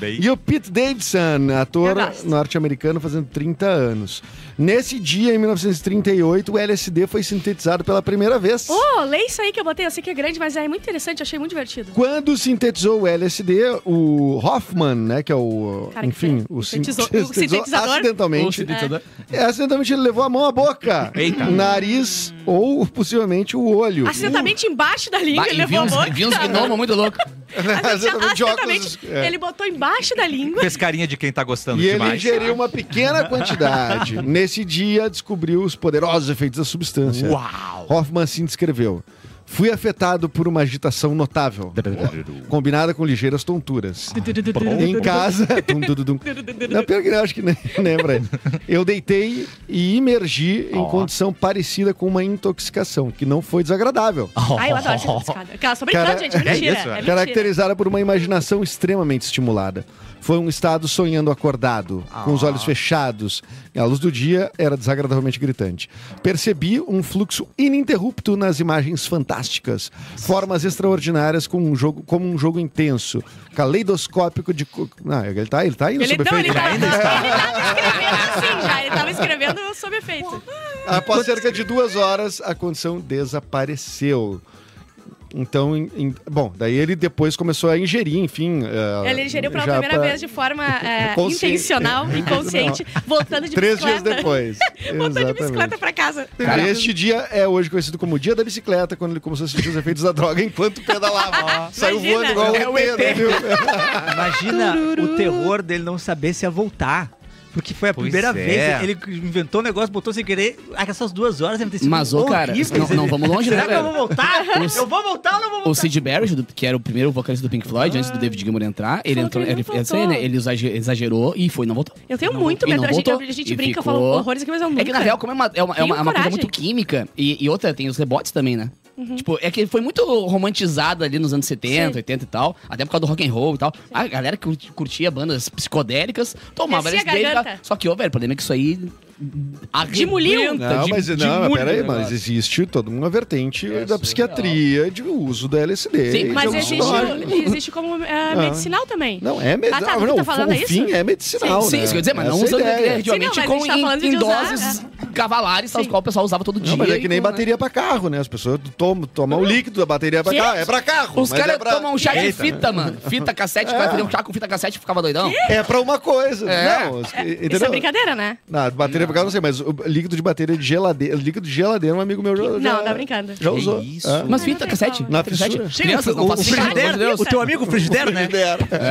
A: Bem-
E: E o Pete Davidson, ator
B: Eu gosto.
E: norte-americano fazendo 30 anos. Nesse dia, em 1938, o LSD foi sintetizado pela primeira vez.
B: Ô, lê isso aí que eu botei. Eu sei que é grande, mas é muito interessante. Achei muito divertido.
E: Quando sintetizou o LSD, o Hoffman, né, que é o,
B: Cara, que
E: enfim,
B: fe-
E: o
B: sintetizou-
E: sintetizou,
B: o sintetizador?
C: Ou
E: acidentalmente.
C: se tentando-
E: É, acidentalmente ele levou a mão à boca,
A: Eita.
E: nariz ou <laughs> possivelmente o olho.
B: Acidentalmente embaixo da língua,
C: Bah,
B: ele
C: e vi
B: levou a
C: uns, <laughs>
B: boca.
C: vi uns gnomos muito loucos.
E: <laughs> Acidentalmente, tá óculos.
B: Acidentalmente,
E: É.
B: ele botou embaixo da língua.
A: Pescarinha de quem tá gostando
E: E ele
A: demais.
E: ingeriu uma
A: <laughs>
E: pequena quantidade. Nesse dia, descobriu os poderosos efeitos da substância.
A: Uau!
E: Hoffman assim descreveu. Fui afetado por uma agitação notável, combinada com ligeiras tonturas. em casa. Dum, dum, dum, dum. Não, pior que não, acho que nem <laughs> lembra. Eu deitei e imergi em
A: Ó.
E: condição parecida com uma intoxicação, que não foi desagradável.
B: Ai, eu adoro essa escada. Cara, só brincando,
E: Cara,
B: gente. É mentira.
A: é isso,
B: é
A: é.
B: mentira.
E: Caracterizada por uma imaginação extremamente estimulada. Foi um estado sonhando acordado, com
B: Ah.
E: os olhos fechados. A luz do dia era desagradavelmente gritante. Percebi um fluxo ininterrupto nas imagens fantásticas, formas extraordinárias com um jogo, como um jogo intenso, caleidoscópico de. co- Não, ele tá, ele tá indo
B: Ele,
E: sob
B: não,
E: efeito.
B: ele, tava, ele tava escrevendo assim já. Ele tava escrevendo sob efeito.
E: Após cerca de duas horas, a condição desapareceu. Então, em- em- bom, daí ele depois começou a ingerir, enfim. eh,
B: Ele ingeriu pela
E: já
B: primeira
E: pra-
B: vez de forma é,
E: Consciente.
B: intencional, inconsciente, voltando de
E: Três dias
B: bicicleta.
C: <laughs>
E: depois.
B: Voltando de bicicleta pra casa.
E: Cara, este dia é hoje conhecido como o dia da bicicleta, quando ele começou a sentir os efeitos da droga enquanto
C: <laughs>
E: pedalava. Saiu
B: Imagina.
E: voando igual
C: Ah, É
E: o
C: o
E: ET, né,
C: ET.
E: viu?
D: Imagina o terror dele não saber se ia voltar. Porque foi a
A: Pois
D: primeira
A: é.
D: vez. que Ele inventou um negócio, botou sem querer. Ah, Essas duas horas devem ter sido
C: Mas, ô, cara,
D: horríveis.
C: não- não vamos longe, né,
D: Será que eu
C: cara?
D: vou voltar?
C: <laughs> Os-
D: Eu vou voltar ou não vou voltar?
C: O Sid Barrett, do- que era o primeiro vocalista do Pink Floyd, antes do David Gilmour entrar, ele
B: Falou
C: entrou,
B: que ele
C: ele,
B: não
C: eu sei, né,
B: voltou.
C: ele exage- exagerou e foi, não voltou.
B: Eu tenho
C: Não
B: muito
C: voltou. E
B: medo.
C: não
B: A gente,
C: voltou,
B: a gente
C: e
B: brinca,
C: ficou-
B: fala horrores aqui, mas eu nunca.
C: É que na real, como é uma, é uma, é uma,
B: Tenho
C: é uma coisa
B: coragem. Uhum.
C: muito química, e, e outra, tem os rebotes também, né? Tipo, é que foi muito romantizado ali nos anos 70,
B: Sim.
C: 80 e tal, até por causa do rock and roll e tal. A galera que cur- curtia bandas psicodélicas tomava
B: Descia a
C: LSD,
B: garganta.
C: cara. Só que, ô, velho, o problema é que isso aí. arrebenta,
B: Demoliu.
E: Não, é
C: de-
E: mas,
C: de
E: não,
C: muito
E: mas peraí,
C: negócio.
E: mas existe toda uma vertente da
C: Isso. é
E: psiquiatria de uso da LSD.
C: Sim,
E: e de
B: Mas
E: alguns
B: existe,
E: sintomas.
B: existe como ah, medicinal também.
E: Não, é
B: Ah,
E: medicinal.
B: tá, tu
E: não,
B: tá falando
E: o
B: isso?
E: fim é medicinal,
C: Sim,
E: né?
C: isso que eu ia dizer, mas não
E: Essa é a
C: usando
E: ideia.
C: efetivamente
B: Sim, não, mas a
C: com
B: gente tá falando de
C: em, em
B: usar, né?
C: doses cavalares, tal
B: Sim.
C: qual o pessoal usava todo dia.
E: Não, mas é
C: e
E: que nem
C: tudo, né?
E: bateria pra carro, né? As pessoas tomam, tomam o líquido da bateria pra
B: Quê?
E: carro. É pra carro.
C: Os
E: mas
C: caras
E: é pra...
C: tomam um chá de
A: Eita.
C: fita, mano. Fita
E: <laughs>
C: cassete, o cara teria um chá com fita cassete e ficava doidão.
E: É pra uma coisa.
C: É.
E: Não, os-
B: Isso é
E: entendeu?
B: brincadeira, né?
E: Não, bateria pra carro eu não sei, mas o líquido de bateria de geladeira. Líquido de geladeira, um amigo meu já.
B: Não,
E: já,
B: tá brincando.
E: já usou.
A: isso?
E: É.
C: Mas
B: Ah,
C: fita
B: não
C: cassete?
B: tem
E: Na
C: fita cassete?
E: fissura.
D: Chega,
C: Crianças, não
D: o,
C: façam
D: o
C: isso, pelo amor de
D: Frigidaire,
C: Deus.
D: o teu amigo Frigidaire, né?
A: É.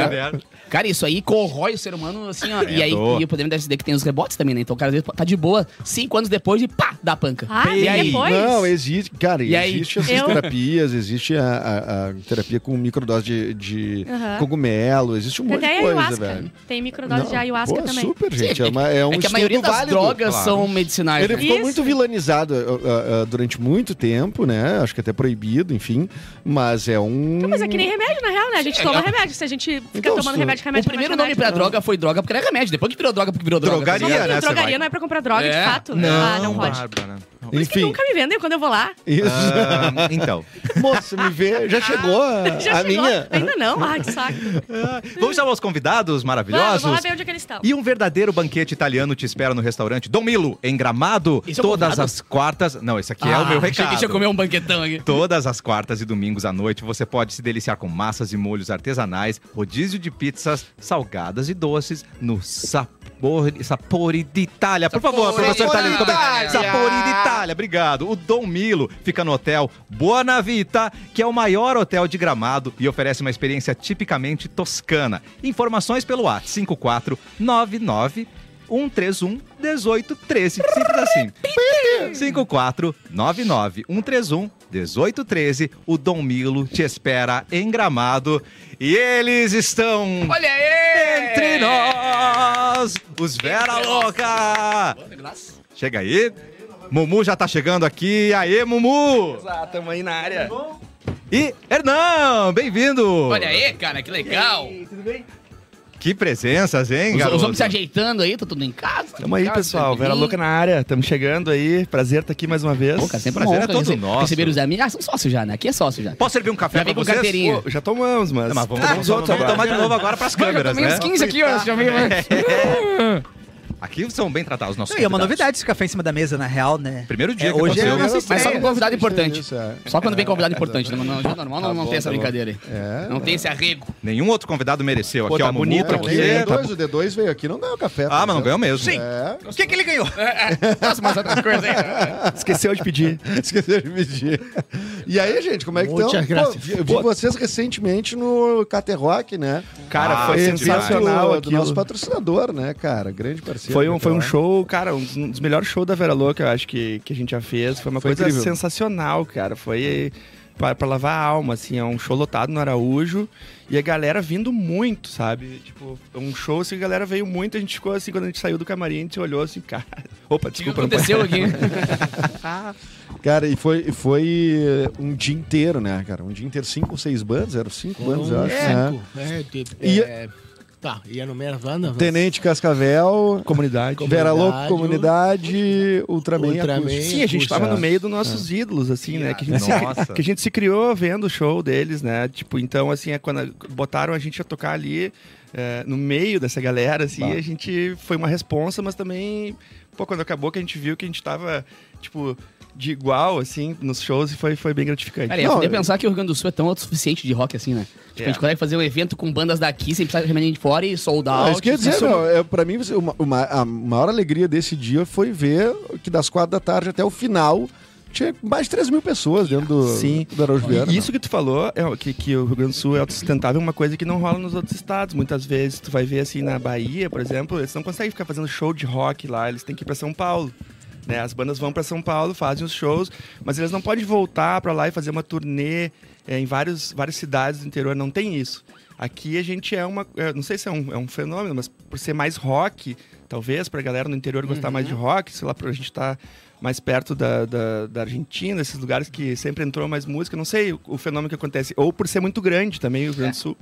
C: Cara, isso aí corrói o ser humano, assim, ó. e aí,
A: doa.
C: e o problema deve ser que tem os rebotes também, né? Então o cara às vezes tá de boa, cinco anos depois e pá, dá panca.
B: Ah,
C: e aí?
B: depois?
E: Não, existe. Cara,
C: E aí?
E: existe essas
B: Eu-
E: terapias, existe a, a- a terapia com microdose de, de
B: Aham.
E: cogumelo, existe um
B: Tem
E: monte
B: até
E: de coisa, velho.
B: ayahuasca. Tem microdose de
E: Não,
B: ayahuasca
E: pô,
B: também.
E: super, gente.
C: Sim,
E: é, uma, é um
C: é que a
E: estudo
C: maioria das
E: válido.
C: drogas
A: claro.
C: são medicinais.
E: Ele
C: né?
E: ficou
B: Isso.
E: muito vilanizado uh, uh, uh, durante muito tempo, né? Acho que até proibido, enfim. Mas é um.
B: Não, mas é que nem remédio, na real, né? A gente
C: Sim,
B: toma
C: é.
B: remédio. Se a gente fica
E: Então,
B: tomando
E: se-
B: remédio,
C: O
B: remédio,
C: primeiro nome
B: remédio,
C: pra
B: remédio.
C: droga foi droga porque era remédio. Depois que virou droga, porque virou droga. tá
A: Drogaria.
B: Só
A: drogaria,
B: que
A: né, você
B: drogaria
A: vai.
B: não é pra comprar droga, de
C: É?
B: fato? ah, não pode.
A: Bárbara.
B: Por isso que
E: Enfim.
B: nunca me vendem quando eu vou lá.
E: Isso. <laughs>
A: Ah, então.
E: Moça, me vê. Já chegou Ah, a,
B: Ah, Já
E: a
B: chegou?
E: minha?
B: Ainda não? Ah, que saco.
A: Ah, Vamos chamar os convidados
B: Vamos,
A: maravilhosos?
B: vamos lá ver onde é que eles estão.
A: E um verdadeiro banquete italiano te espera no restaurante Dom Milo, em Gramado,
C: Esse é o
A: todas
C: convidado?
A: as quartas. Não, esse aqui é
C: Ah,
A: o meu
C: achei
A: recado.
C: que tinha que comer um banquetão aqui.
A: Todas as quartas e domingos à noite você pode se deliciar com massas e molhos artesanais, rodízio de pizzas, salgadas e doces no Sapor, Sapori d'Italia. Por favor,
C: Sapori
A: professor italiano. como é?
C: d'Italia.
A: Sapori d'Italia, obrigado. O Dom Milo fica no hotel Buona Vita, que é o maior hotel de Gramado e oferece uma experiência tipicamente toscana. Informações pelo WhatsApp 5499 131 1813. Simples assim. 5499-131-1813. O Dom Milo te espera em Gramado. E eles estão
C: Olha aí!
A: entre nós, os Vera Louca. Chega aí. Mumu já tá chegando aqui. Aê, Mumu!
F: Ah, tamo aí na área.
A: E Hernão, bem-vindo!
C: Olha aí, cara, que legal.
A: Que presenças, hein,
C: Os,
A: garoto?
C: os homens se ajeitando aí, tá tudo em casa.
F: Tamo aí, pessoal. Vera Louca na área. Tamo chegando aí. Prazer estar aqui mais uma vez.
C: Pô, cara, sempre
A: Prazer
C: uma
A: é
C: honra
A: todo
C: rece-
A: nosso.
C: receber os amigos. Ah, são sócios já, né? Aqui é sócio já.
A: Posso servir um café
C: Já
A: pra
C: vem com
A: vocês?
C: carteirinha.
F: Pô, já tomamos, mas...
A: Não, mas vamos,
F: Ah,
A: vamos,
F: os
A: vamos,
F: outros agora.
A: tomar de novo agora pras câmeras, né?
C: uns 15 aqui, ó. Já veio, né?
A: Aqui são bem tratados os nossos
D: É uma
A: convidados.
D: novidade esse café em cima da mesa, na real, né?
A: Primeiro dia
D: É,
A: que
D: hoje é
A: aconteceu.
D: a nossa
C: <laughs> Mas só
D: estreia.
C: com convidado importante.
E: Isso, é.
C: Só quando vem convidado importante. né? Não, não, não, normal não,
E: Tá
C: não
E: bom,
C: tem essa
E: tá bom.
C: brincadeira aí.
E: É,
C: não tem esse arrego.
A: Nenhum outro convidado mereceu. Aqui, ó,
F: tá
A: Mumu
F: bonito
A: pra
E: Não,
F: aqui,
A: você.
E: É, nem o D2, o D2 veio aqui, não ganhou café. tá
A: Ah, mas não ganhou mesmo.
D: Sim.
E: É. <laughs>
D: O que, que ele ganhou?
C: <laughs> Nossa, mas outras coisas aí. né?
F: Esqueceu de pedir.
E: Esqueceu de medir. E aí, gente, como é que estão?
F: Muitas
E: Pô,
F: graças.
E: vi, vi vocês recentemente no Cater Rock, né?
F: Cara,
A: Ah,
F: foi
A: demais.
F: sensacional
E: do, do
F: aquilo.
E: nosso patrocinador, né, cara? Grande parceiro. né,
F: Foi um,
E: Cater
F: foi um
E: Rock.
F: show, cara, um dos- um dos melhores shows da Vera Louca, eu acho que, que a gente já fez. Foi uma
E: Foi
F: coisa
E: incrível.
F: sensacional, cara. Foi pra, pra lavar a alma, assim. É um show lotado no Araújo e a galera vindo muito, sabe? Tipo, é um show assim, a galera veio muito. A gente ficou assim, quando a gente saiu do camarim, a gente olhou assim, cara. <laughs> Opa,
C: O que
F: desculpa, não pode.
C: aconteceu aqui?
E: Cara, e foi, e foi eh, um dia inteiro, né, cara? Um dia inteiro, cinco ou seis bandas, eram cinco bandas, eu acho, né?
G: Cinco, né? De-
E: E-
G: é, tá, e enumera as bandas.
E: Tenente Cascavel,
F: Comunidade.
G: Comunidade.
E: Vera Louco Comunidade, Ultraman,
G: Ultraman.
E: Acústico.
F: Sim, a gente
G: Puxa.
F: tava no meio dos nossos ídolos, assim, né? Que a, gente
A: Nossa.
F: Se, que a gente se criou vendo o show deles, né? Tipo, então, assim, é quando a- botaram a gente a tocar ali é, no meio dessa galera, assim,
E: Bah.
F: a gente foi uma responsa, mas também, pô, quando acabou que a gente viu que a gente tava, tipo, de igual, assim, nos shows e foi, foi bem gratificante.
C: Cara, eu
E: Não,
C: podia
E: eu-
C: pensar que o Rio Grande do Sul é tão autossuficiente de rock assim, né? Tipo, a gente
F: É.
C: consegue fazer um evento com bandas daqui sem precisar de remédio de fora e sold out.
E: Ah, isso que eu ia dizer,
C: Isso-
E: meu, é, pra mim, você- uma- uma- a maior alegria desse dia foi ver que das quatro da tarde até o final tinha mais de 3 mil pessoas dentro do,
F: Sim.
E: do Araújo Viana.
F: E isso que tu falou, é, o- que, que o Rio Grande do Sul é autossustentável, é uma coisa que não rola nos outros estados. Muitas vezes tu vai ver assim na Bahia, por exemplo, eles não conseguem ficar fazendo show de rock lá, eles têm que ir pra São Paulo. Né? As bandas vão pra São Paulo, fazem os shows, mas eles não podem voltar pra lá e fazer uma turnê é, em vários, várias cidades do interior, não tem isso. Aqui a gente é uma. é, não sei se é um, é um fenômeno, mas por ser mais rock, talvez, pra galera no interior gostar mais de rock, sei lá, pra gente estar mais perto da, da, da Argentina, esses lugares que sempre entrou mais música, não sei o, o fenômeno que acontece. Ou por ser muito grande também, o Rio Grande do Sul.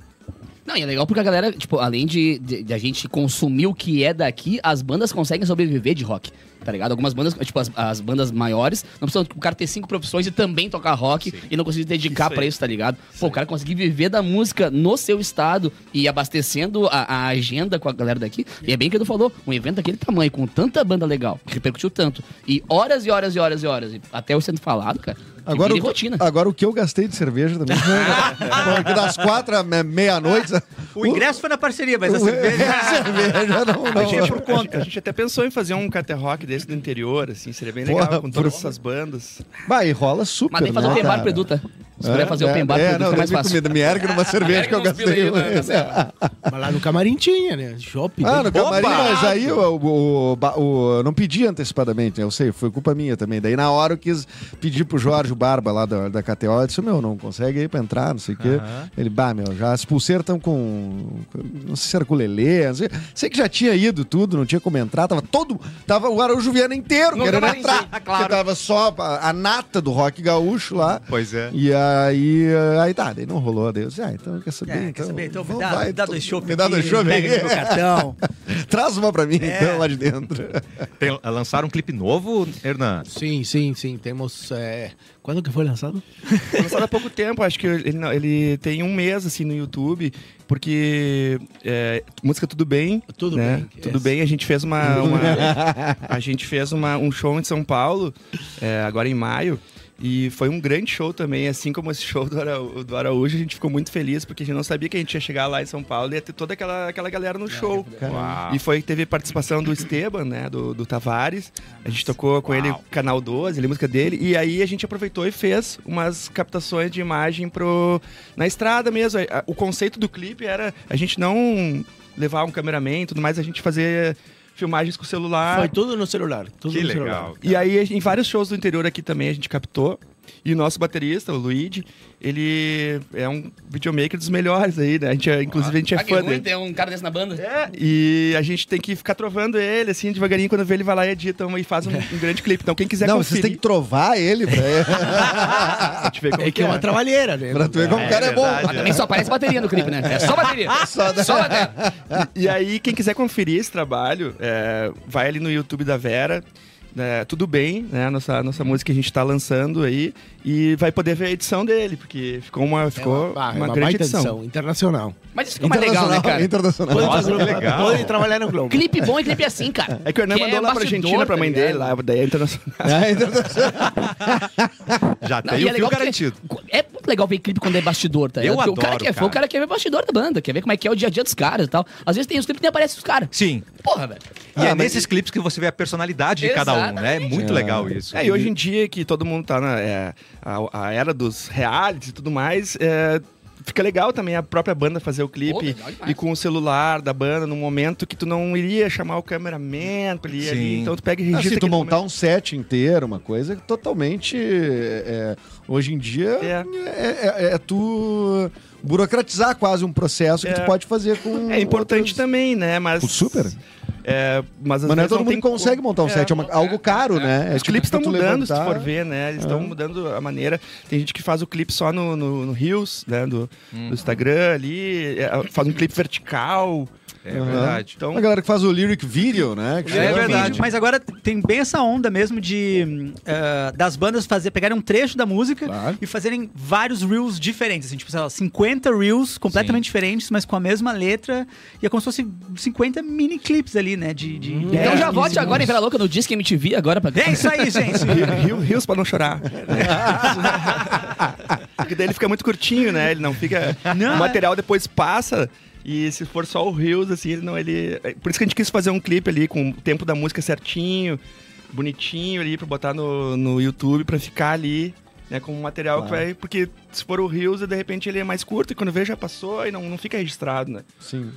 C: Não, e é legal porque a galera, tipo, além de, de, de a gente consumir o que é daqui, as bandas conseguem sobreviver de rock, tá ligado? Algumas bandas, tipo, as, as bandas maiores, não precisam tipo, o cara ter cinco profissões e também tocar rock e não conseguir dedicar
F: Isso aí.
C: pra isso, tá ligado? Pô, o cara conseguir viver da música no seu estado e abastecendo a, a agenda com a galera daqui. E é bem o que tu falou, um evento daquele tamanho, com tanta banda legal, que repercutiu tanto, e horas e horas e horas e horas, e até eu sendo falado, cara, que
E: Agora, Ah,
C: vira
E: o,
C: rotina.
E: agora o que eu gastei de cerveja também.
C: <laughs>
E: Porque das quatro à me- meia-noite.
D: O ingresso foi na parceria, mas a
E: o-
D: cerveja.
E: <laughs> a <laughs> cerveja não. não.
F: É. A gente, a gente até pensou em fazer um cater rock desse do interior, assim, seria bem
E: Porra,
F: legal com todas essas bandas.
E: Bah, e rola super.
C: Mas nem fazer
E: né,
C: o open bar
E: cara?
C: pro Edu, tá? Se puder fazer o open bar pro
E: é,
C: Edu,
E: não,
C: fica mais
E: nem
C: fácil.
E: Comida, me
C: <laughs>
E: ergue numa cerveja que eu gastei.
C: né? Tá
G: Mas lá no camarim tinha, né? Shopping.
E: Ah,
G: né?
E: no camarim,
D: Opa!
E: mas aí eu, o- o- ba- o- eu não pedi antecipadamente, né? eu sei, foi culpa minha também. Daí na hora eu quis pedir pro Jorge Barba lá da, da KTO, eu disse, meu, não consegue aí pra entrar, não sei o quê. Ele, bah, meu, já as pulseiras estão com, com- não sei se era com lelê, não sei, sei que já tinha ido tudo, não tinha como entrar, tava todo, tava o Araújo Viana inteiro
D: No
E: querendo
D: camarim,
E: entrar.
D: sim, ah, claro.
E: Porque tava só a, a nata do rock gaúcho lá.
A: Pois é.
E: E aí, aí tá, daí não rolou, daí eu disse, ah, então quer saber,
D: É,
E: então,
D: quer saber? Então me
E: vamos,
D: dá,
E: vai,
D: me dá
E: tu-
D: dois chopes
E: Me dá
D: aqui,
E: dois chopes
D: pega aqui meu
E: aí.
D: cartão.
E: <laughs> Traz uma pra mim,
F: É.
E: então, lá de dentro.
A: Tem, lançaram um clipe novo, Hernan?
G: Sim, sim, sim. Temos. é, Quando que foi lançado?
F: Foi lançado há pouco tempo, acho que ele, não- ele tem um mês assim no YouTube, porque é, música tudo bem.
G: Tudo
F: né?
G: Bem,
F: Tudo
G: yes.
F: bem, a gente fez uma. uma- a gente fez uma, um show em São Paulo, é, agora em maio. E foi um grande show também, assim como esse show do, Araú- do Araújo, a gente ficou muito feliz, porque a gente não sabia que a gente ia chegar lá em São Paulo e ia ter toda aquela, aquela galera no show.
G: é
A: Uau.
F: E foi, teve participação do Esteban, né? Do, do Tavares. A gente tocou com ele Canal 12, ali, a música dele. E aí a gente aproveitou e fez umas captações de imagem pro. Na estrada mesmo. A- a- O conceito do clipe era a gente não levar um cameraman e tudo mais, a gente fazer filmagens com o celular.
G: Foi tudo no celular. Tudo
A: Que
G: no
A: legal.
G: Celular.
F: E aí, em vários shows do interior aqui também, a gente captou. E o nosso baterista, o Luigi, ele é um videomaker dos melhores aí, né? A gente é- inclusive, a gente é
C: Ah, que
F: fã
C: ruim
F: dele.
C: ter um cara desse na banda.
F: É, e a gente tem que ficar trovando ele, assim, devagarinho. Quando vê ele, vai lá e edita um- e faz
E: <laughs>
F: um, um grande clipe. Então, quem quiser
E: Não, vocês
F: conferir...
E: têm que trovar ele
F: <laughs>
E: pra, é,
F: A gente vê como
G: É que é uma trabalheira, né?
E: pra tu ver como o cara é, bom.
F: verdade,
C: Também só aparece bateria no clipe, né? É só bateria. só, bateria.
F: E aí, quem quiser conferir esse trabalho, é, vai ali no YouTube da Vera. né, tudo bem, né? a Nossa, a nossa música que a gente tá lançando aí. E vai poder ver a edição dele, porque ficou uma, ficou uma,
G: Ah, é
F: grande edição.
G: internacional.
C: Mas isso fica
F: é
C: mais legal, né, cara?
F: <laughs>
E: Internacional. então.
A: Nossa, que legal.
G: Pode trabalhar no Globo.
C: Clipe bom e clipe assim, cara.
F: É que o Hernan
C: Que é
F: mandou lá pra
C: bastidor,
F: Argentina, pra mãe
C: tá
F: dele,
C: ligado?
F: lá, daí é internacional.
E: É, internacional.
A: Já
F: Tá
C: Não,
A: tem
C: e
A: o fio
C: é legal porque-
A: garantido.
C: É muito legal ver clipe quando é bastidor, tá
A: Eu
C: ligado? Porque o cara
A: adoro,
C: que é fã, o
A: cara.
C: cara quer ver bastidor da banda, quer ver como é que é o dia a dia dos caras e tal. Às vezes tem os clipes que nem aparecem os caras.
A: Sim.
C: Porra, velho.
A: E
D: Ah,
A: é nesses clipes que você vê a personalidade de cada um, né? É muito legal isso.
F: É, e hoje em dia que todo mundo tá na é, a, a era dos realities e tudo mais, é, fica legal também a própria banda fazer o
C: Pô,
F: clipe
C: legal demais.
F: e com o celular da banda num momento que tu não iria chamar o cameraman pra ele ir ali,
A: Sim.
F: então tu pega e
E: Ah,
F: registra.
E: se tu
F: aquele
E: montar
F: momento.
E: um set inteiro, uma coisa que totalmente. é, é, hoje em dia
F: É.
E: é, é- é tu burocratizar quase um processo que
F: É.
E: tu pode fazer com.
F: É importante
E: outras-
F: também, né? Mas.
E: um Super.
F: É, mas
E: Mas
F: às
E: não é
F: vezes
E: todo
F: não
E: mundo
F: tem
E: que consegue
F: como.
E: montar um
F: É.
E: set, é uma- algo caro, né? É
F: Os
E: tipo
F: clipes
E: tu
F: estão mudando, se tu for
E: levantar- É.
F: ver, né? Eles estão mudando a maneira. Tem gente que faz o clipe só no, no, no Reels, né? Do,
E: Uhum.
F: do Instagram ali. é, Faz um clipe vertical.
A: É verdade.
F: Então,
E: A galera que faz o lyric video, né? que
A: É
E: chama-
A: verdade.
D: Mas agora tem bem essa onda mesmo de hum, eh, das bandas fazer, pegarem um trecho da música
E: Claro.
D: e fazerem vários reels diferentes. Assim, tipo, sei lá, 50 reels completamente diferentes, mas com a mesma letra. E é como se fosse 50 mini clipes ali, né? De, de, de
F: É,
C: Então
D: 10,
C: já
D: 15
C: vote agora em
D: segundos.
C: Vera Louca no Disque MTV agora pra.
D: É isso aí, gente.
F: Rio, rios pra não chorar. <laughs> Porque daí ele fica muito curtinho, né? Ele não fica.
D: Não,
F: o material depois passa. E se for é, só o Rios, assim, ele não. Ele... Por isso que a gente quis fazer um clipe ali com o tempo da música certinho. bonitinho ali pra botar no, no YouTube, pra ficar ali, né? Como um material que vai. Porque se for o Reels, de repente ele é mais curto e quando vê já passou e não, não fica registrado, né?
E: Sim.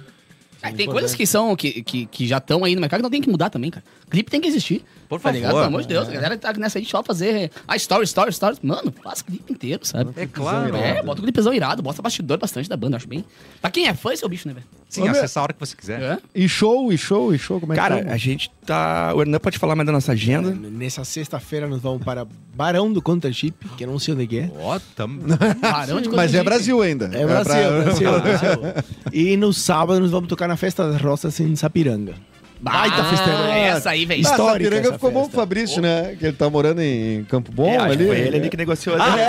C: Ah, tem coisas que são, que, que, que já estão aí no mercado que não tem que mudar também, cara. Clipe tem que existir.
A: Por
C: Tá
A: favor.
C: ligado? Pelo amor de Deus, a galera tá nessa aí só fazer. Ah, story, story, story. Mano, faz clipe inteiro, sabe?
A: É claro.
C: É, bota um clipezão irado, bota bastidor bastante da banda, eu acho bem. Pra quem é fã, esse é o bicho, né, velho?
A: Sim, acessa a hora que você quiser.
C: É.
E: E show, e show, e show, como é que
F: Cara,
E: tá?
F: a gente tá. O Hernan pode falar mais da nossa agenda.
G: Nessa sexta-feira nós vamos para Barão do Contra Chip, que eu não sei onde que é.
A: Ó, tamo-
C: Barão de coisa
E: Mas é
C: gente.
E: Brasil ainda.
G: É Brasil,
E: pra- <laughs>
G: Brasil, Brasil. E no sábado nós vamos tocar na Festa das Rosas em Sapiranga.
C: Baita
G: Ah,
C: festeira. Essa aí, velho.
G: Isso.
E: Ah,
G: Histórica
E: Sapiranga
G: essa
E: ficou bom pro
G: festa.
E: Fabrício, né? Que ele tá morando em Campo Bom
F: É, acho que
E: ali. É.
F: Foi ele ali Ah, é? que negociou. ali.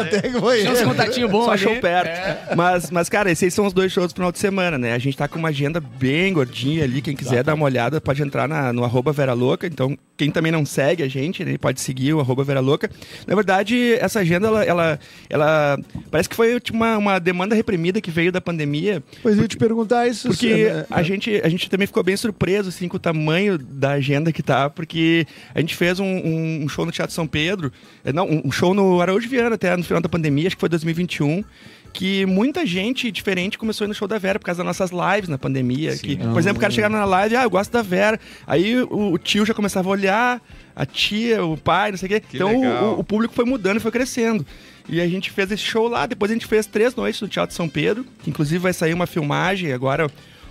E: Até que foi
C: Tinha uns
E: ele.
C: contatinhos bons
F: Só
C: ali.
F: achou perto. Mas, mas, cara, esses são os dois shows do final de semana, né? A gente tá com uma agenda bem gordinha ali. Quem quiser dar uma olhada, pode entrar na- no arroba Vera Louca. Então, quem também não segue a gente, né, pode seguir o arroba Vera Louca. Na verdade, essa agenda, ela, ela, ela- parece que foi tipo, uma, uma demanda reprimida que veio da pandemia.
E: Pois eu ia te perguntar isso.
F: Porque
E: se- é, né?
F: a gente, a gente também ficou bem surpreso assim, com o tamanho da agenda que tá, porque a gente fez um, um- um show no Teatro São Pedro, eh, não, um um show no Araújo Viana até no final da pandemia, acho que foi 2021. Que muita gente diferente começou a ir no show da Vera por causa das nossas lives na pandemia. Que, por exemplo, o cara chegava na live, ah, eu gosto da Vera. Aí o, o tio já começava a olhar, a tia, o pai, não sei o quê.
A: Que
F: então o-
A: legal.
F: o- o público foi mudando e foi crescendo. E a gente fez esse show lá, depois a gente fez três noites no Teatro São Pedro, que inclusive vai sair uma filmagem agora,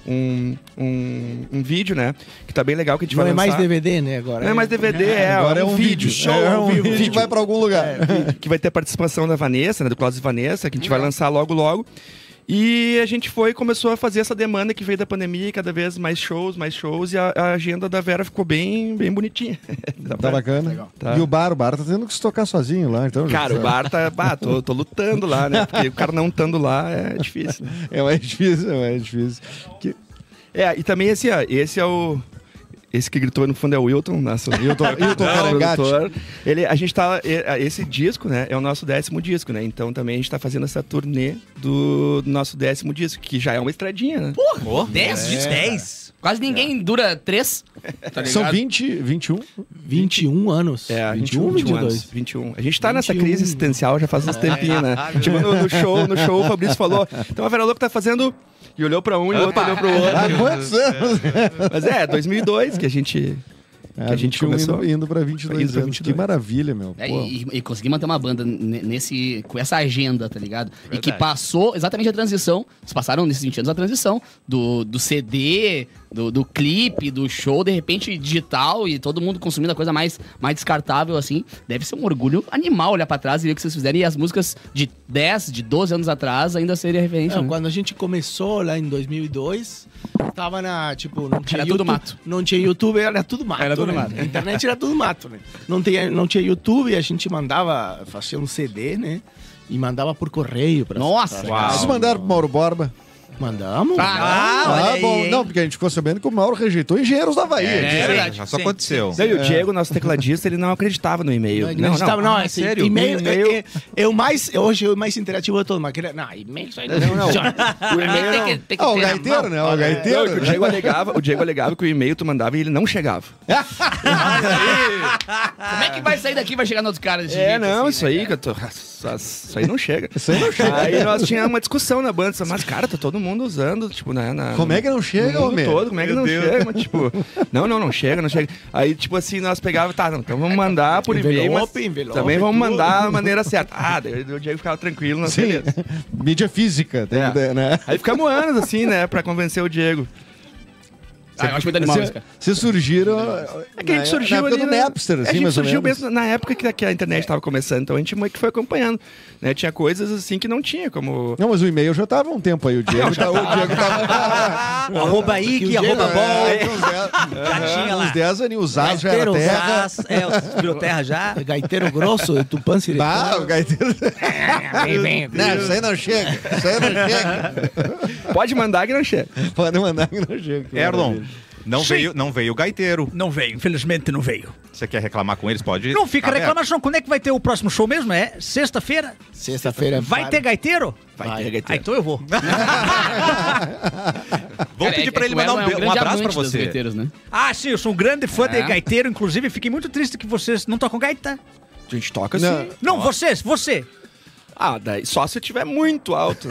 F: um, um, um vídeo, né? Que tá bem legal que a gente
G: Não
F: vai
G: é mais
F: lançar.
G: DVD, né? Agora
F: Não é mais DVD, é,
E: Agora é um vídeo.
F: show,
E: é
F: ao
E: um
F: vivo.
E: vídeo É, que vai pra algum lugar.
F: que vai ter a participação da Vanessa, né, do Cláudio e Vanessa, que a gente
E: Uhum.
F: vai lançar logo logo. E a gente foi e começou a fazer essa demanda que veio da pandemia, cada vez mais shows, mais shows, e a, a agenda da Vera ficou bem, bem bonitinha. <laughs>
E: Tá bacana. E o bar, o bar tá tendo que se tocar sozinho lá, então.
F: Cara, o
E: já-
F: bar tá. Bah, tô, tô lutando lá, né? Porque o cara não estando lá é difícil. né?
E: É mais difícil, é mais difícil. Que...
F: É, e também esse, ó, esse é o. Esse que gritou no fundo é o Wilton, nosso
E: Hilton,
F: <laughs>
E: Hilton Calegatti.
F: produtor. Ele, a gente tá. e- Esse disco, né? É o nosso décimo disco, né? Então também a gente tá fazendo essa turnê do nosso décimo disco, que já é uma estradinha, né?
C: Porra, 10 de 10. Quase ninguém dura 3.
F: tá
E: São 20, 21.
G: 21 anos.
F: É,
G: 21,
F: 21
G: 22.
F: anos. 21. A gente tá nessa
G: 21.
F: crise existencial já faz uns tempinhos, né? Tipo, no, no show, no show, o Fabrício falou. Então a Vera Louca tá fazendo. E olhou pra um e o outro olhou pro outro.
E: Há quantos anos?
F: Mas é, 2002 que a gente.
E: É,
F: Que a gente
E: 21
F: começou. né?
E: indo, indo pra 22
F: Indo pra
E: anos.
F: 22.
E: Que maravilha, meu.
C: É,
E: Pô.
C: e, e conseguir manter uma banda ne- nesse, com essa agenda, tá ligado? E que passou exatamente a transição. Vocês passaram nesses 20 anos a transição do, do CD, do, do clipe, do show, de repente digital e todo mundo consumindo a coisa mais, mais descartável, assim. Deve ser um orgulho animal olhar pra trás e ver o que vocês fizeram. E as músicas de 10, de 12 anos atrás ainda seria referência.
G: Não,
C: né?
G: quando a gente começou lá em 2002, tava na, tipo, não tinha
C: Era
G: YouTube,
C: tudo mato.
G: Não tinha YouTube, era tudo mato.
C: Era tudo
G: né?
C: mato.
G: A internet era tudo mato, né? Não tinha, não tinha YouTube, a gente mandava, fazia um CD, né? E mandava por correio pra
C: Nossa,
G: pra-
A: Uau.
E: Vocês
D: é
E: mandaram pro Mauro Borba.
G: Mandamos.
C: Ah,
E: Ah, bom. Não, porque a gente ficou sabendo que o Mauro rejeitou engenheiros da Bahia.
A: É,
F: É,
A: Sim,
D: verdade.
A: Já só
D: né? Sim,
A: aconteceu.
F: Não, e
E: É.
F: o Diego, nosso tecladista, ele não acreditava no e-mail.
G: Não, não, não, não,
E: é
A: Ah,
G: esse
A: sério?
G: e-mail,
F: E-mail-
G: é- é- é o mais, hoje é o mais interativo de todo, mas que era- não, e-mail é isso aí não,
F: O e-mail não.
C: Tem que, tem que
E: Ah, o
C: ter na
E: gaiteiro,
C: mão.
E: né? O
F: Não, é que
E: gaiteiro.
F: o, Diego alegava, o Diego alegava que o e-mail tu mandava e ele não chegava.
C: Como é que vai sair daqui e vai chegar no outro cara desse
F: É,
C: jeito,
F: não,
C: assim,
F: isso
C: né,
F: aí,
C: cara?
F: que eu tô, isso aí não chega.
E: Isso aí não chega.
F: Aí nós tínhamos uma discussão na banda, mas cara, tá todo mundo usando, tipo, né, na...
E: Como é que não chega,
F: no mundo
E: homem?
F: todo, como é que não chega? Mas, tipo, não, não, não chega, não chega. Aí, tipo assim, nós pegávamos, tá, não, então vamos mandar por e-mail, mas
G: Envelope, envelope,
F: também vamos
G: tudo.
F: mandar da maneira certa. Ah, daí o Diego ficava tranquilo, nós
E: Sim.
F: beleza.
E: <laughs> Mídia física, tem
F: É.
E: que ter, né?
F: Aí ficamos anos, assim, né, pra convencer o Diego.
C: Ah, eu acho muito animal isso, cara.
E: Vocês surgiram.
F: É que a
E: na-
F: gente surgiu
E: na época
F: ali,
E: do
F: né?
E: Napster, assim,
F: A gente
E: mais ou
F: surgiu
E: menos.
F: mesmo na época que, que a internet tava começando, então a gente meio que foi acompanhando. né? Tinha coisas assim que não tinha, como
E: Não, mas o e-mail já tava há um tempo aí. O Diego, tá, o Diego tava.
D: <laughs> Arroba Ike,
G: Que o
D: arroba
G: Diego-
D: Bol.
E: É, uns
D: <laughs>
E: dez-
D: Já tinha lá.
E: Uns 10 anos, os As Tá, já era
D: Gaiteiro,
E: terra.
D: Zaz, É, os- virou terra já.
G: <laughs> Gaiteiro grosso de Tupã Siricó.
E: Bah, o gaiteiro. não, isso aí não chega. <laughs> Isso aí não chega.
F: Pode mandar, Granchê.
E: Pode mandar que não chega. que
A: Erlon,
E: maravilha.
A: Não
D: Sim.
A: veio, não veio o gaiteiro.
D: Não veio, infelizmente não veio.
A: Você quer reclamar com eles? Pode.
D: Não fica
A: Tá aberto.
D: reclamação. Quando é que vai ter o próximo show mesmo? É sexta-feira?
G: Sexta-feira
D: Vai ter gaiteiro?
G: Vai ter
D: Ah,
G: gaiteiro.
D: então
A: <laughs>
D: eu vou.
A: Vou
C: Cara, é-
A: pedir
C: é
A: pra
C: que
A: ele
C: o
A: mandar
C: Elon
A: um,
C: é
A: be- um
C: grande
A: abraço pra
C: amante dos
A: você.
C: gaiteiros, né?
D: Ah, sim, eu sou um grande fã de
C: É.
D: gaiteiro. Inclusive, fiquei muito triste que vocês não tocam gaita.
F: A gente toca
E: Não.
F: assim.
D: Não, vocês, você.
F: Ah, daí, só se eu tiver muito alto.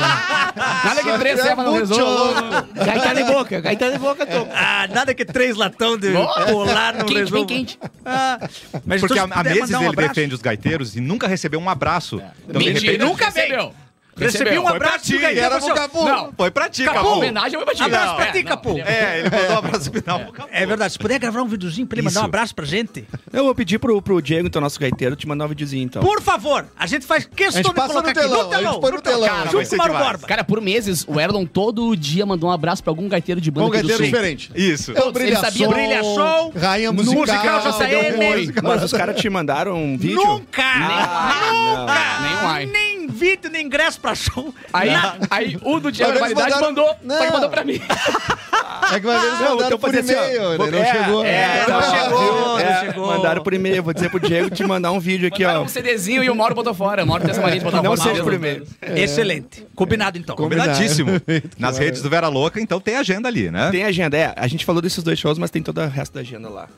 C: Nada que três cepas não resolva. Gaita de boca, gaita de boca, tô.
D: <laughs> Ah, nada que três latão de
C: Nossa.
D: colar no
C: Quente, bem
D: resolva.
C: quente.
D: Ah, mas
A: Porque há
D: então, se
A: há
D: puder
A: meses
D: mandar um
A: ele
D: abraço.
A: defende os gaiteiros e nunca recebeu um abraço. Então, de
C: Mentira,
A: repente,
C: nunca veio.
D: Recebi um
C: Foi pra
D: abraço do
A: ti,
D: gaiteiro.
A: era
D: assim, ó.
C: Não,
A: Foi pra ti,
C: Capu,
A: Capu.
C: homenagem foi pra ti.
D: Abraço
C: Não,
D: pra
C: é,
D: ti,
C: não,
D: Capu.
C: ele
A: É, ele mandou um abraço final pro Capu.
D: É verdade, se puder gravar um videozinho pra ele
A: Isso.
D: mandar um
A: Então.
D: abraço pra gente.
F: eu vou pedir pro, pro Diego, então, nosso gaiteiro, te mandar um videozinho, então.
D: Por favor, a gente faz questão
E: A gente
D: de
E: passa
D: colocar
E: no telão,
D: aqui.
E: a gente põe no telão.
A: Cara, vai
D: Junto
A: ser
D: com o Mauro
A: demais.
D: Borba.
C: Cara, por meses, o Erlon todo dia mandou um abraço pra algum gaiteiro de banda
E: Bom
C: aqui do
E: gaiteiro
C: Sul.
E: diferente.
A: Isso.
E: É o Brilha
C: Ele sabia-
E: Sol,
D: Brilha Sol,
E: Rainha Musical, é
D: Musical
F: é
D: JCM.
F: Mas os caras te mandaram um vídeo?
D: Nunca!
C: Ah, não.
D: nunca!
C: Nem um ai.
D: nem vídeo, nem ingresso pra show.
C: Aí, aí o do Diego
E: Mas eles
C: Validade
E: mandaram-
C: mandou, só que
E: Não.
C: mandou pra mim.
E: É que vai ver eles mandaram
F: então
E: por
F: pode ser assim, ó.
E: e-mail, né?
F: Vou-
E: Não
F: é,
E: chegou.
D: é, não chegou, não
F: É,
D: chegou.
F: Mandaram por e-mail. Vou dizer pro Diego te mandar um vídeo aqui,
C: Mandaram
F: ó.
C: um CDzinho e o Mauro botou fora. O Mauro tem essa mania de botar
F: Não
C: fora.
F: um seja por e-mail.
D: Excelente. Combinado então.
E: Com-
F: <laughs>
A: Combinadíssimo. Nas redes do Vera Louca, então tem agenda ali, né?
F: Tem agenda, é. A gente falou desses dois shows, mas tem todo o resto da agenda lá.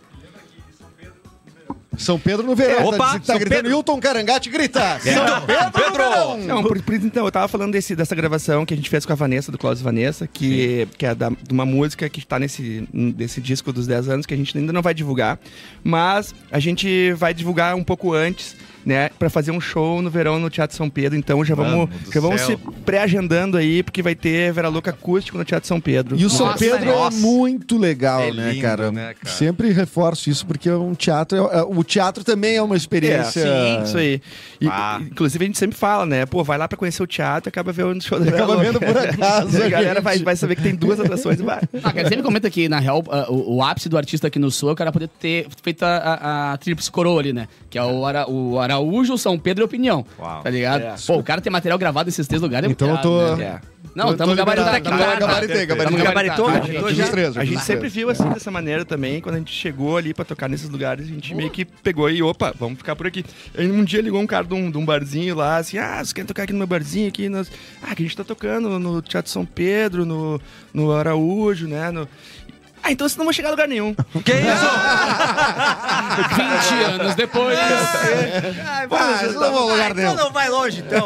E: São Pedro no verão.
A: É, opa,
E: tá, diz- tá
A: São
E: gritando
A: Pedro.
E: Hilton Carangate grita.
A: É.
E: São Pedro, no verão.
F: Não, por, por, então, eu tava falando desse, dessa gravação que a gente fez com a Vanessa, do Klaus e Vanessa, que, que é da- de uma música que tá nesse desse disco dos 10 anos, que a gente ainda não vai divulgar, mas a gente vai divulgar um pouco antes, né, pra fazer um show no verão no Teatro São Pedro, então já
A: Mano
F: vamos,
A: do
F: já vamos se
A: céu.
F: pré-agendando aí, porque vai ter Vera Louca acústico no Teatro São Pedro.
E: E o São
C: Nossa,
E: Pedro
C: né?
E: é muito legal,
A: É
E: né,
A: lindo,
E: cara?
A: né, cara?
E: Sempre reforço isso, porque é um teatro. é- é- o teatro também é uma experiência.
F: É, sim, isso aí. E,
A: Ah.
F: Inclusive, a gente sempre fala, né? Pô, vai lá pra conhecer o teatro e acaba vendo o show da Vera
E: Acaba
F: Louca.
E: vendo por acaso.
F: <laughs> A galera
E: gente.
F: vai, vai saber que tem duas atrações e vai.
C: Ah, cara, sempre comenta que, na real, ah, o, o ápice do artista aqui no Sul é o cara poder ter feito a, a, a tríplice coroa ali, né? Que é o, Ara, o Araújo, o São Pedro e a Opinião.
A: Uau.
C: Tá ligado? Pô, o cara ter material gravado nesses três lugares. é
E: Então eu
C: muito
E: tô.
C: irado, né?
F: É.
C: Não,
E: eu tô
C: tamo gabaritando
E: liberado,
C: aqui.
E: tamo
C: tá?
E: gabaritei, gabaritei.
C: Tamo gabaritei.
D: Gabaritou?
A: Ah,
C: Tá,
D: Gabaritou
E: Dos
D: já?
E: três,
F: A gente
E: dos
F: sempre
E: três.
F: viu assim dessa maneira também, quando a gente chegou ali pra tocar nesses lugares, a gente meio que pegou e, opa, vamos ficar por aqui. Aí um dia ligou um cara de um, de um barzinho lá, assim, ah, você quer tocar aqui no meu barzinho aqui? Nós... Ah, que a gente tá tocando no Teatro São Pedro, no, no Araújo, né? no- Ah, então você não vai chegar a lugar nenhum.
A: Que
C: <laughs>
A: isso?
C: 20 anos depois.
D: Ai,
E: Ah,
D: vocês
E: isso não vou a lugar
D: Ah,
E: nenhum.
D: então não vai longe,
E: <laughs>
D: então.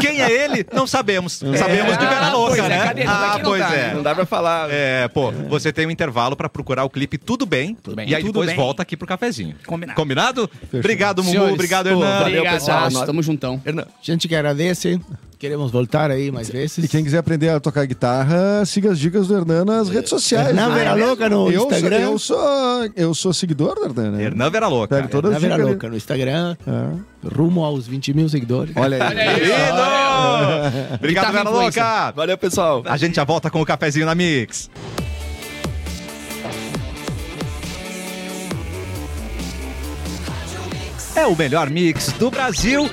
A: Quem é ele? Não sabemos. Sabemos de Vera
C: Ah, pois
A: Louca,
C: é,
A: né?
C: cadê? Não,
A: Ah,
C: daqui
A: <laughs>
C: não
A: pois
C: tá.
A: é.
F: Então Não dá pra falar.
A: É, pô, você tem um intervalo pra procurar o clipe Tudo Bem,
C: Bem.
A: e aí
D: Tudo
A: depois
D: bem.
A: volta aqui pro cafezinho.
D: Combinado.
A: Combinado? Obrigado, Mumu,
C: Senhores,
A: obrigado,
F: pô,
A: Hernando.
F: valeu, pessoal.
C: Obrigadaço, tamo juntão.
F: Hernan,
G: Gente que agradece. Queremos voltar aí mais vezes.
E: E quem quiser aprender a tocar guitarra, siga as dicas do Hernan nas redes sociais.
G: Na
E: né?
G: Vera Louca no
E: eu
G: Instagram.
E: Sou, eu, sou, eu sou seguidor do Hernan, né?
A: Hernan Vera Louca.
E: Pego todas
G: Na
E: as
G: Vera
E: dicas. ali.
G: Louca no Instagram.
E: É.
G: Rumo aos 20 mil seguidores.
E: Olha aí.
A: Querido! Obrigado,
C: Guitarra
A: Vera Louca.
F: valeu, pessoal.
A: A gente já volta com o cafezinho na Mix. É o melhor mix do Brasil.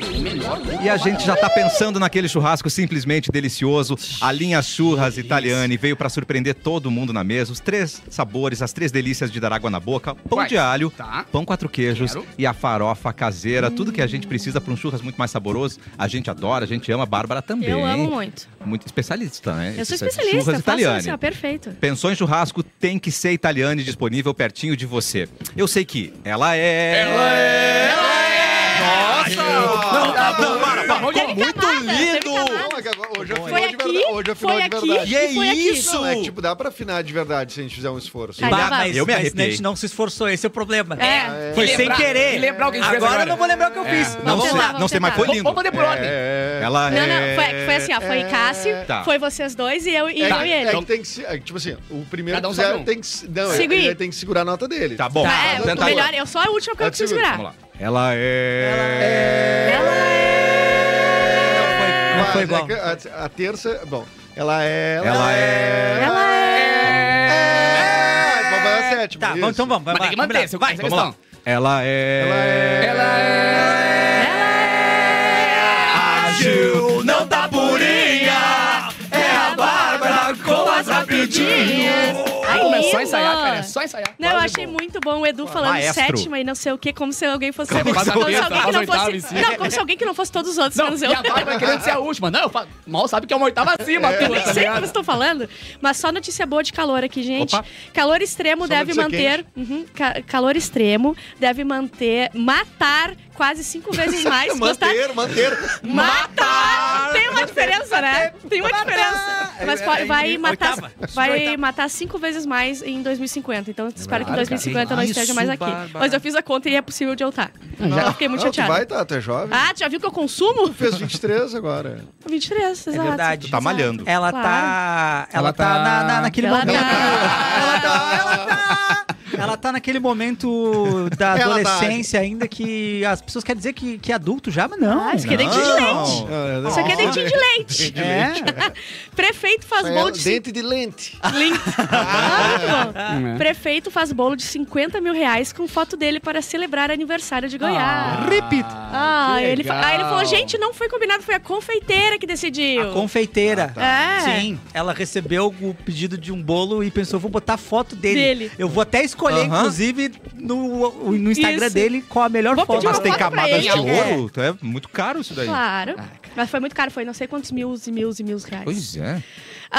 A: E a gente já tá pensando naquele churrasco simplesmente delicioso. A linha Churras Italiani veio pra surpreender todo mundo na mesa. Os três sabores, as três delícias de dar água na boca: pão
C: Quais?
A: de alho,
C: Tá.
A: pão quatro queijos
C: Quero.
A: e a farofa caseira. Tudo que a gente precisa pra um churras muito mais saboroso. A gente adora, a gente ama. A Bárbara também.
B: Eu amo muito.
A: Muito especialista, né?
B: Eu sou especialista,
A: Churras
B: faço
A: italiane.
B: assim, ó, perfeito.
A: Pensou em churrasco, tem que ser italiane disponível pertinho de você. Eu sei que ela é. Ela é! Nossa! Não, não, não, para, para.
B: Teve
A: Ficou muito
B: camada, teve
A: lindo!
B: camada.
E: Hoje afinal
B: Foi
E: de verdade.
B: aqui,
E: Hoje afinal
B: foi
E: de
B: aqui
E: verdade.
A: E é
B: e foi aqui.
A: isso!
E: Não, é que, tipo, dá pra afinar de verdade se a gente fizer um esforço.
B: Aí
D: Bah,
B: dava.
D: Tá, mas,
A: Eu me
D: mas
A: arrepiei.
D: a gente não se esforçou, esse é o problema.
B: É.
D: Foi
C: E
D: sem
C: lembrar-
D: querer.
C: e lembrar o que a gente fez
D: agora. eu
C: agora.
D: não vou lembrar o que
C: É.
D: eu fiz.
A: Não,
D: Vamos
A: sei,
D: lá.
B: tentar,
A: não
B: vamos
A: sei, mas
B: tentar.
A: foi
C: Vamos
A: lindo.
C: fazer por ordem.
E: É, é.
A: Ela
B: Não,
A: é.
B: não, foi, foi assim, ó, foi Cássio,
A: Tá.
B: foi vocês dois e eu e,
C: Tá.
B: eu e ele.
E: É que tem que ser. é que, tipo assim, o primeiro
C: Cada um
E: que fizer
C: sabe um.
E: tem que. se- Não,
B: Segui.
E: ele tem que segurar a nota dele.
A: Tá bom.
B: Tá, é,
A: Tenta
B: o melhor, eu sou a última que eu
E: Pode
B: preciso
E: segurar,
B: segurar.
A: Vamos lá. Ela é.
B: Ela
D: Não foi, não
E: Mas
D: foi
E: é
D: igual.
E: que a, a terça. Bom, ela é.
A: Ela é.
B: Ela é.
E: é. Mas vai a sétima.
D: Tá,
E: isso.
D: vamos, então vamos. Vai,
C: Mas tem
D: vai,
C: que manter,
D: combinado.
C: essa
D: vai.
C: essa
D: vamos
C: questão.
D: lá.
A: Ela
E: Ela
A: é.
E: é.
C: Ela é...
B: É.
A: A Gil não tá purinha.
B: É a Bárbara com as rapidinhas. Aí,
C: só ensaiar,
B: bom.
C: cara. É só ensaiar.
B: Não, eu achei muito bom o Edu falando
A: Maestro.
B: sétima e não sei o quê, como se alguém fosse.
C: Como
B: como
C: se
B: se
C: alguém
B: alguém que
C: faz
B: não
C: oitava
B: fosse.
C: em si.
B: Não, como se alguém que não fosse todos os outros,
C: Não,
B: menos
C: e
B: eu.
C: a Bárbara querendo ser a última. Não, eu falo, mal sabe que é uma oitava acima. tua,
B: Nem
C: tá
B: sei o que
C: ligado?
B: vocês estão falando, mas só notícia boa de calor aqui, gente.
A: Opa.
B: Calor extremo
A: Só
B: deve
A: notícia
B: manter. Uhum, ca- calor extremo deve manter. Matar quase cinco vezes mais. Gostar-
A: manter, manter.
B: Matar! Tem uma diferença, né? Tem uma diferença. Mas pode- vai, matar,
D: Oitava.
B: vai
D: Oitava.
B: matar cinco vezes mais em 2050. Então espero que em 2050 eu não
D: Isso,
B: esteja mais aqui.
D: Bárbara.
B: Mas eu fiz a conta e é possível de eu estar. Então eu fiquei muito
E: não, tu vai,
B: chateada.
E: tá, tu é jovem.
B: Ah, tu já viu que eu consumo?
E: Fez 23 agora.
B: 23, exato.
D: verdade.
A: Tu tá malhando.
D: Ela
B: Claro.
D: tá. Ela,
H: Ela
D: tá,
H: tá-
D: na, na- naquele
B: Ela
D: momento.
B: tá-
D: Ela tá. Ela tá. Ela tá naquele momento da
E: Ela tá.
D: adolescência ainda que as pessoas querem dizer que, que é adulto já, mas não.
B: Ah, isso aqui é dentinho de leite.
E: Ah, né?
B: Isso aqui é dentinho de leite.
D: É.
B: Prefeito faz bolo um de
E: Dente de lente.
B: Lindo. Ah, muito bom.
C: É.
B: Prefeito faz bolo de 50 mil reais com foto dele para celebrar aniversário de Goiás.
D: Repito.
B: Ah,
C: que
B: ele, fa-
C: legal.
B: aí ele falou, gente, não foi combinado, foi a confeiteira que decidiu.
D: É, A confeiteira.
E: Ah,
B: tá. É.
D: Sim, ela recebeu o pedido de um bolo e pensou, vou botar foto dele.
B: Dele.
D: Eu vou até escolher,
A: Aham.
D: inclusive, no, no Instagram
B: Isso.
D: dele qual a melhor
B: Vou
D: foto.
B: pedir uma
A: Mas tem
B: foto pra
A: camadas de
B: ele. né?
A: ouro, é muito caro isso daí.
B: Claro. Mas foi muito caro, foi não sei quantos mil e mil e mil reais.
A: Pois é.
D: Eu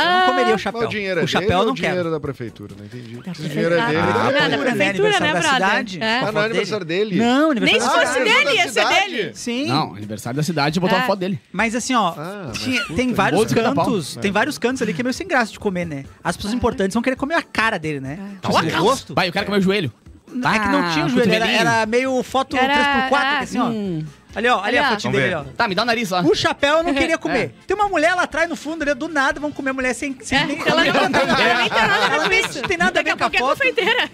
D: não
B: Ah,
D: comeria o
E: Mas
D: chapéu.
E: o dinheiro é
D: o
E: dele
D: chapéu eu
E: ou
D: não
E: o dinheiro
D: quero.
E: da prefeitura? Não entendi.
B: Da
E: Se o dinheiro é dele...
B: prefeitura.
E: ele
B: Ah,
E: tá
B: da
E: bom.
B: prefeitura,
D: Aniversário
B: né,
D: da
B: brother?
D: cidade.
B: É.
E: Ah, não é aniversário dele?
D: Não,
B: Nem se
D: aniversário da
B: fosse
D: cidade.
B: dele, ia ser
E: cidade?
B: dele.
D: Sim.
C: Não, aniversário da cidade, botou
B: É.
C: uma foto dele.
D: Mas assim, ó,
E: Ah, mas
D: tinha-
E: puta,
D: tem
E: hein?
D: vários
C: Bom de carnaval.
D: cantos, tem vários cantos ali que é meio sem graça de comer, né? As
B: É.
D: pessoas importantes vão querer comer a cara dele, né?
C: Tá uma calça. Vai, o cara comeu o joelho.
D: Ah,
B: tá
D: que não tinha o
C: Ah,
D: joelho, era,
C: cotovelinho.
D: era meio foto
B: Era-
D: 3x4,
B: ah,
D: assim, ó.
C: hum.
D: Ali, ó, ali,
B: Ali, ó. É.
D: a foto
A: Vamos
D: dele,
A: ver.
D: ó.
C: Tá, me dá o nariz lá.
D: O chapéu eu não queria comer. Tem uma mulher lá atrás no fundo, ali, do nada vão comer a mulher sem. sem
B: É,
D: nem-
B: ela não, ela nem tem nada a ver
D: Ela
B: com
D: nem-
B: isso.
D: Não tem nada a
B: Daqui
D: ver
B: a
D: com a
B: pouco é
D: foto.
B: confeiteira.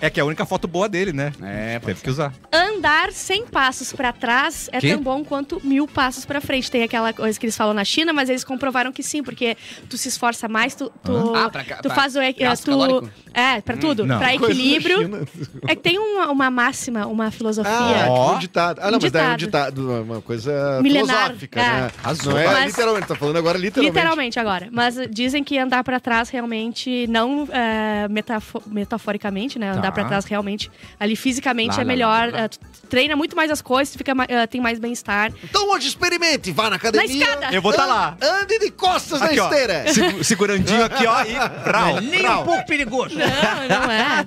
A: É que é a única foto boa dele, né?
C: É, pô.
A: Teve que usar.
B: Andar 100 passos pra trás é
A: Quê?
B: tão bom quanto mil passos pra frente. Tem aquela coisa que eles falam na China, mas eles comprovaram que sim, porque tu se esforça mais, tu, tu,
C: Ah, pra ca-
B: tu
C: pra
B: faz o. É,
C: gasto
B: tu-
C: calórico? Hum.
B: é, pra tudo.
A: não.
B: Pra
E: Coisa da
B: equilíbrio.
E: China.
B: É que tem uma, uma máxima, uma
E: Ah,
B: filosofia.
E: tipo
A: Ó.
E: um ditado. Ah, não,
B: Um
E: mas daí é um ditado, uma coisa
B: Milenar,
E: filosófica,
B: é.
E: né? Não é
B: Mas-
E: literalmente, tá falando agora literalmente.
B: Literalmente agora. Mas dizem que andar pra trás realmente, não é, metafo- metaforicamente, né? Andar
A: Tá.
B: pra trás realmente, ali fisicamente
C: Lá,
B: é
C: lá,
B: melhor.
C: lá, lá.
B: é, tu treina muito mais as coisas, tu fica, ma- é, tem mais bem-estar.
E: Então hoje experimente, vá na academia.
B: escada.
A: Eu vou tá
E: an-
A: lá.
E: Ande de costas
A: Aqui,
E: na
A: ó.
E: esteira.
A: Segu- segurandinho aqui, ó, e brau,
D: Nem um
A: brau.
D: pouco perigoso.
B: Não, não é.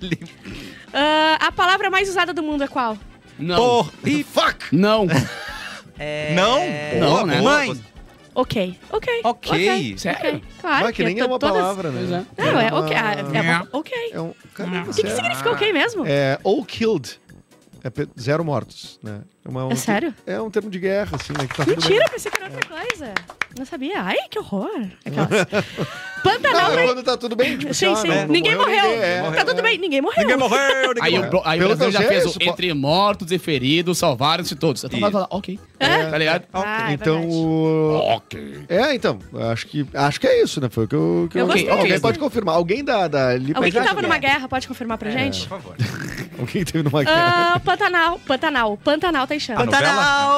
B: Ah, a palavra mais usada do mundo é qual?
C: Não.
A: Por... E fuck!
C: Não.
D: É,
A: Não?
C: Não, né?
A: boa.
D: Mãe.
B: Ok. Ok.
A: Ok.
C: Sério?
B: Claro.
E: Mas que
B: porque
E: nem é
B: to-
E: uma
B: todas-
E: palavra,
C: Pois é.
E: né?
B: Não, é ok. ah,
E: uma-
B: É uma- ok.
E: É um... Caramba,
B: O que, que
E: sério.
B: significa ok mesmo?
E: É all killed. É pe- zero mortos, né? É uma-
B: É sério?
E: É um termo de guerra, assim, né? Que tá tudo bem.
B: Mentira, eu pensei que era outra coisa. Não sabia. Ai, que horror. Aquelas.
E: <laughs>
B: Pantanal.
E: Não,
B: vai-
E: quando tá tudo bem, tipo,
B: Sim,
E: assim,
B: sim.
E: ah, não- não
B: ninguém morreu.
E: ninguém, é.
B: Tá tudo bem, ninguém morreu.
A: Ninguém morreu, ninguém
C: Aí o,
A: morreu.
C: bro- aí o
E: Pelo
C: Brasil
E: que eu
C: já
E: sei,
C: fez
E: isso
C: o
E: po-
C: entre mortos e feridos, salvaram-se todos. Eu tava lá, ok.
B: É?
C: Tá ligado?
B: Ah, é
E: então,
B: verdade.
E: o...
C: Ok.
E: é, então, acho que, acho que é isso, né? Foi o que eu... Que
B: Eu
E: alguém-
B: gostei.
E: alguém pode confirmar. Alguém da... da Lipa-
B: Alguém que
E: Exato.
B: tava numa guerra pode confirmar
E: É.
B: pra gente?
E: Alguém que teve numa guerra.
B: Ah, Pantanal, Pantanal, Pantanal tá em
A: Ah,
B: chamas.
D: Pantanal,
B: Pantanal.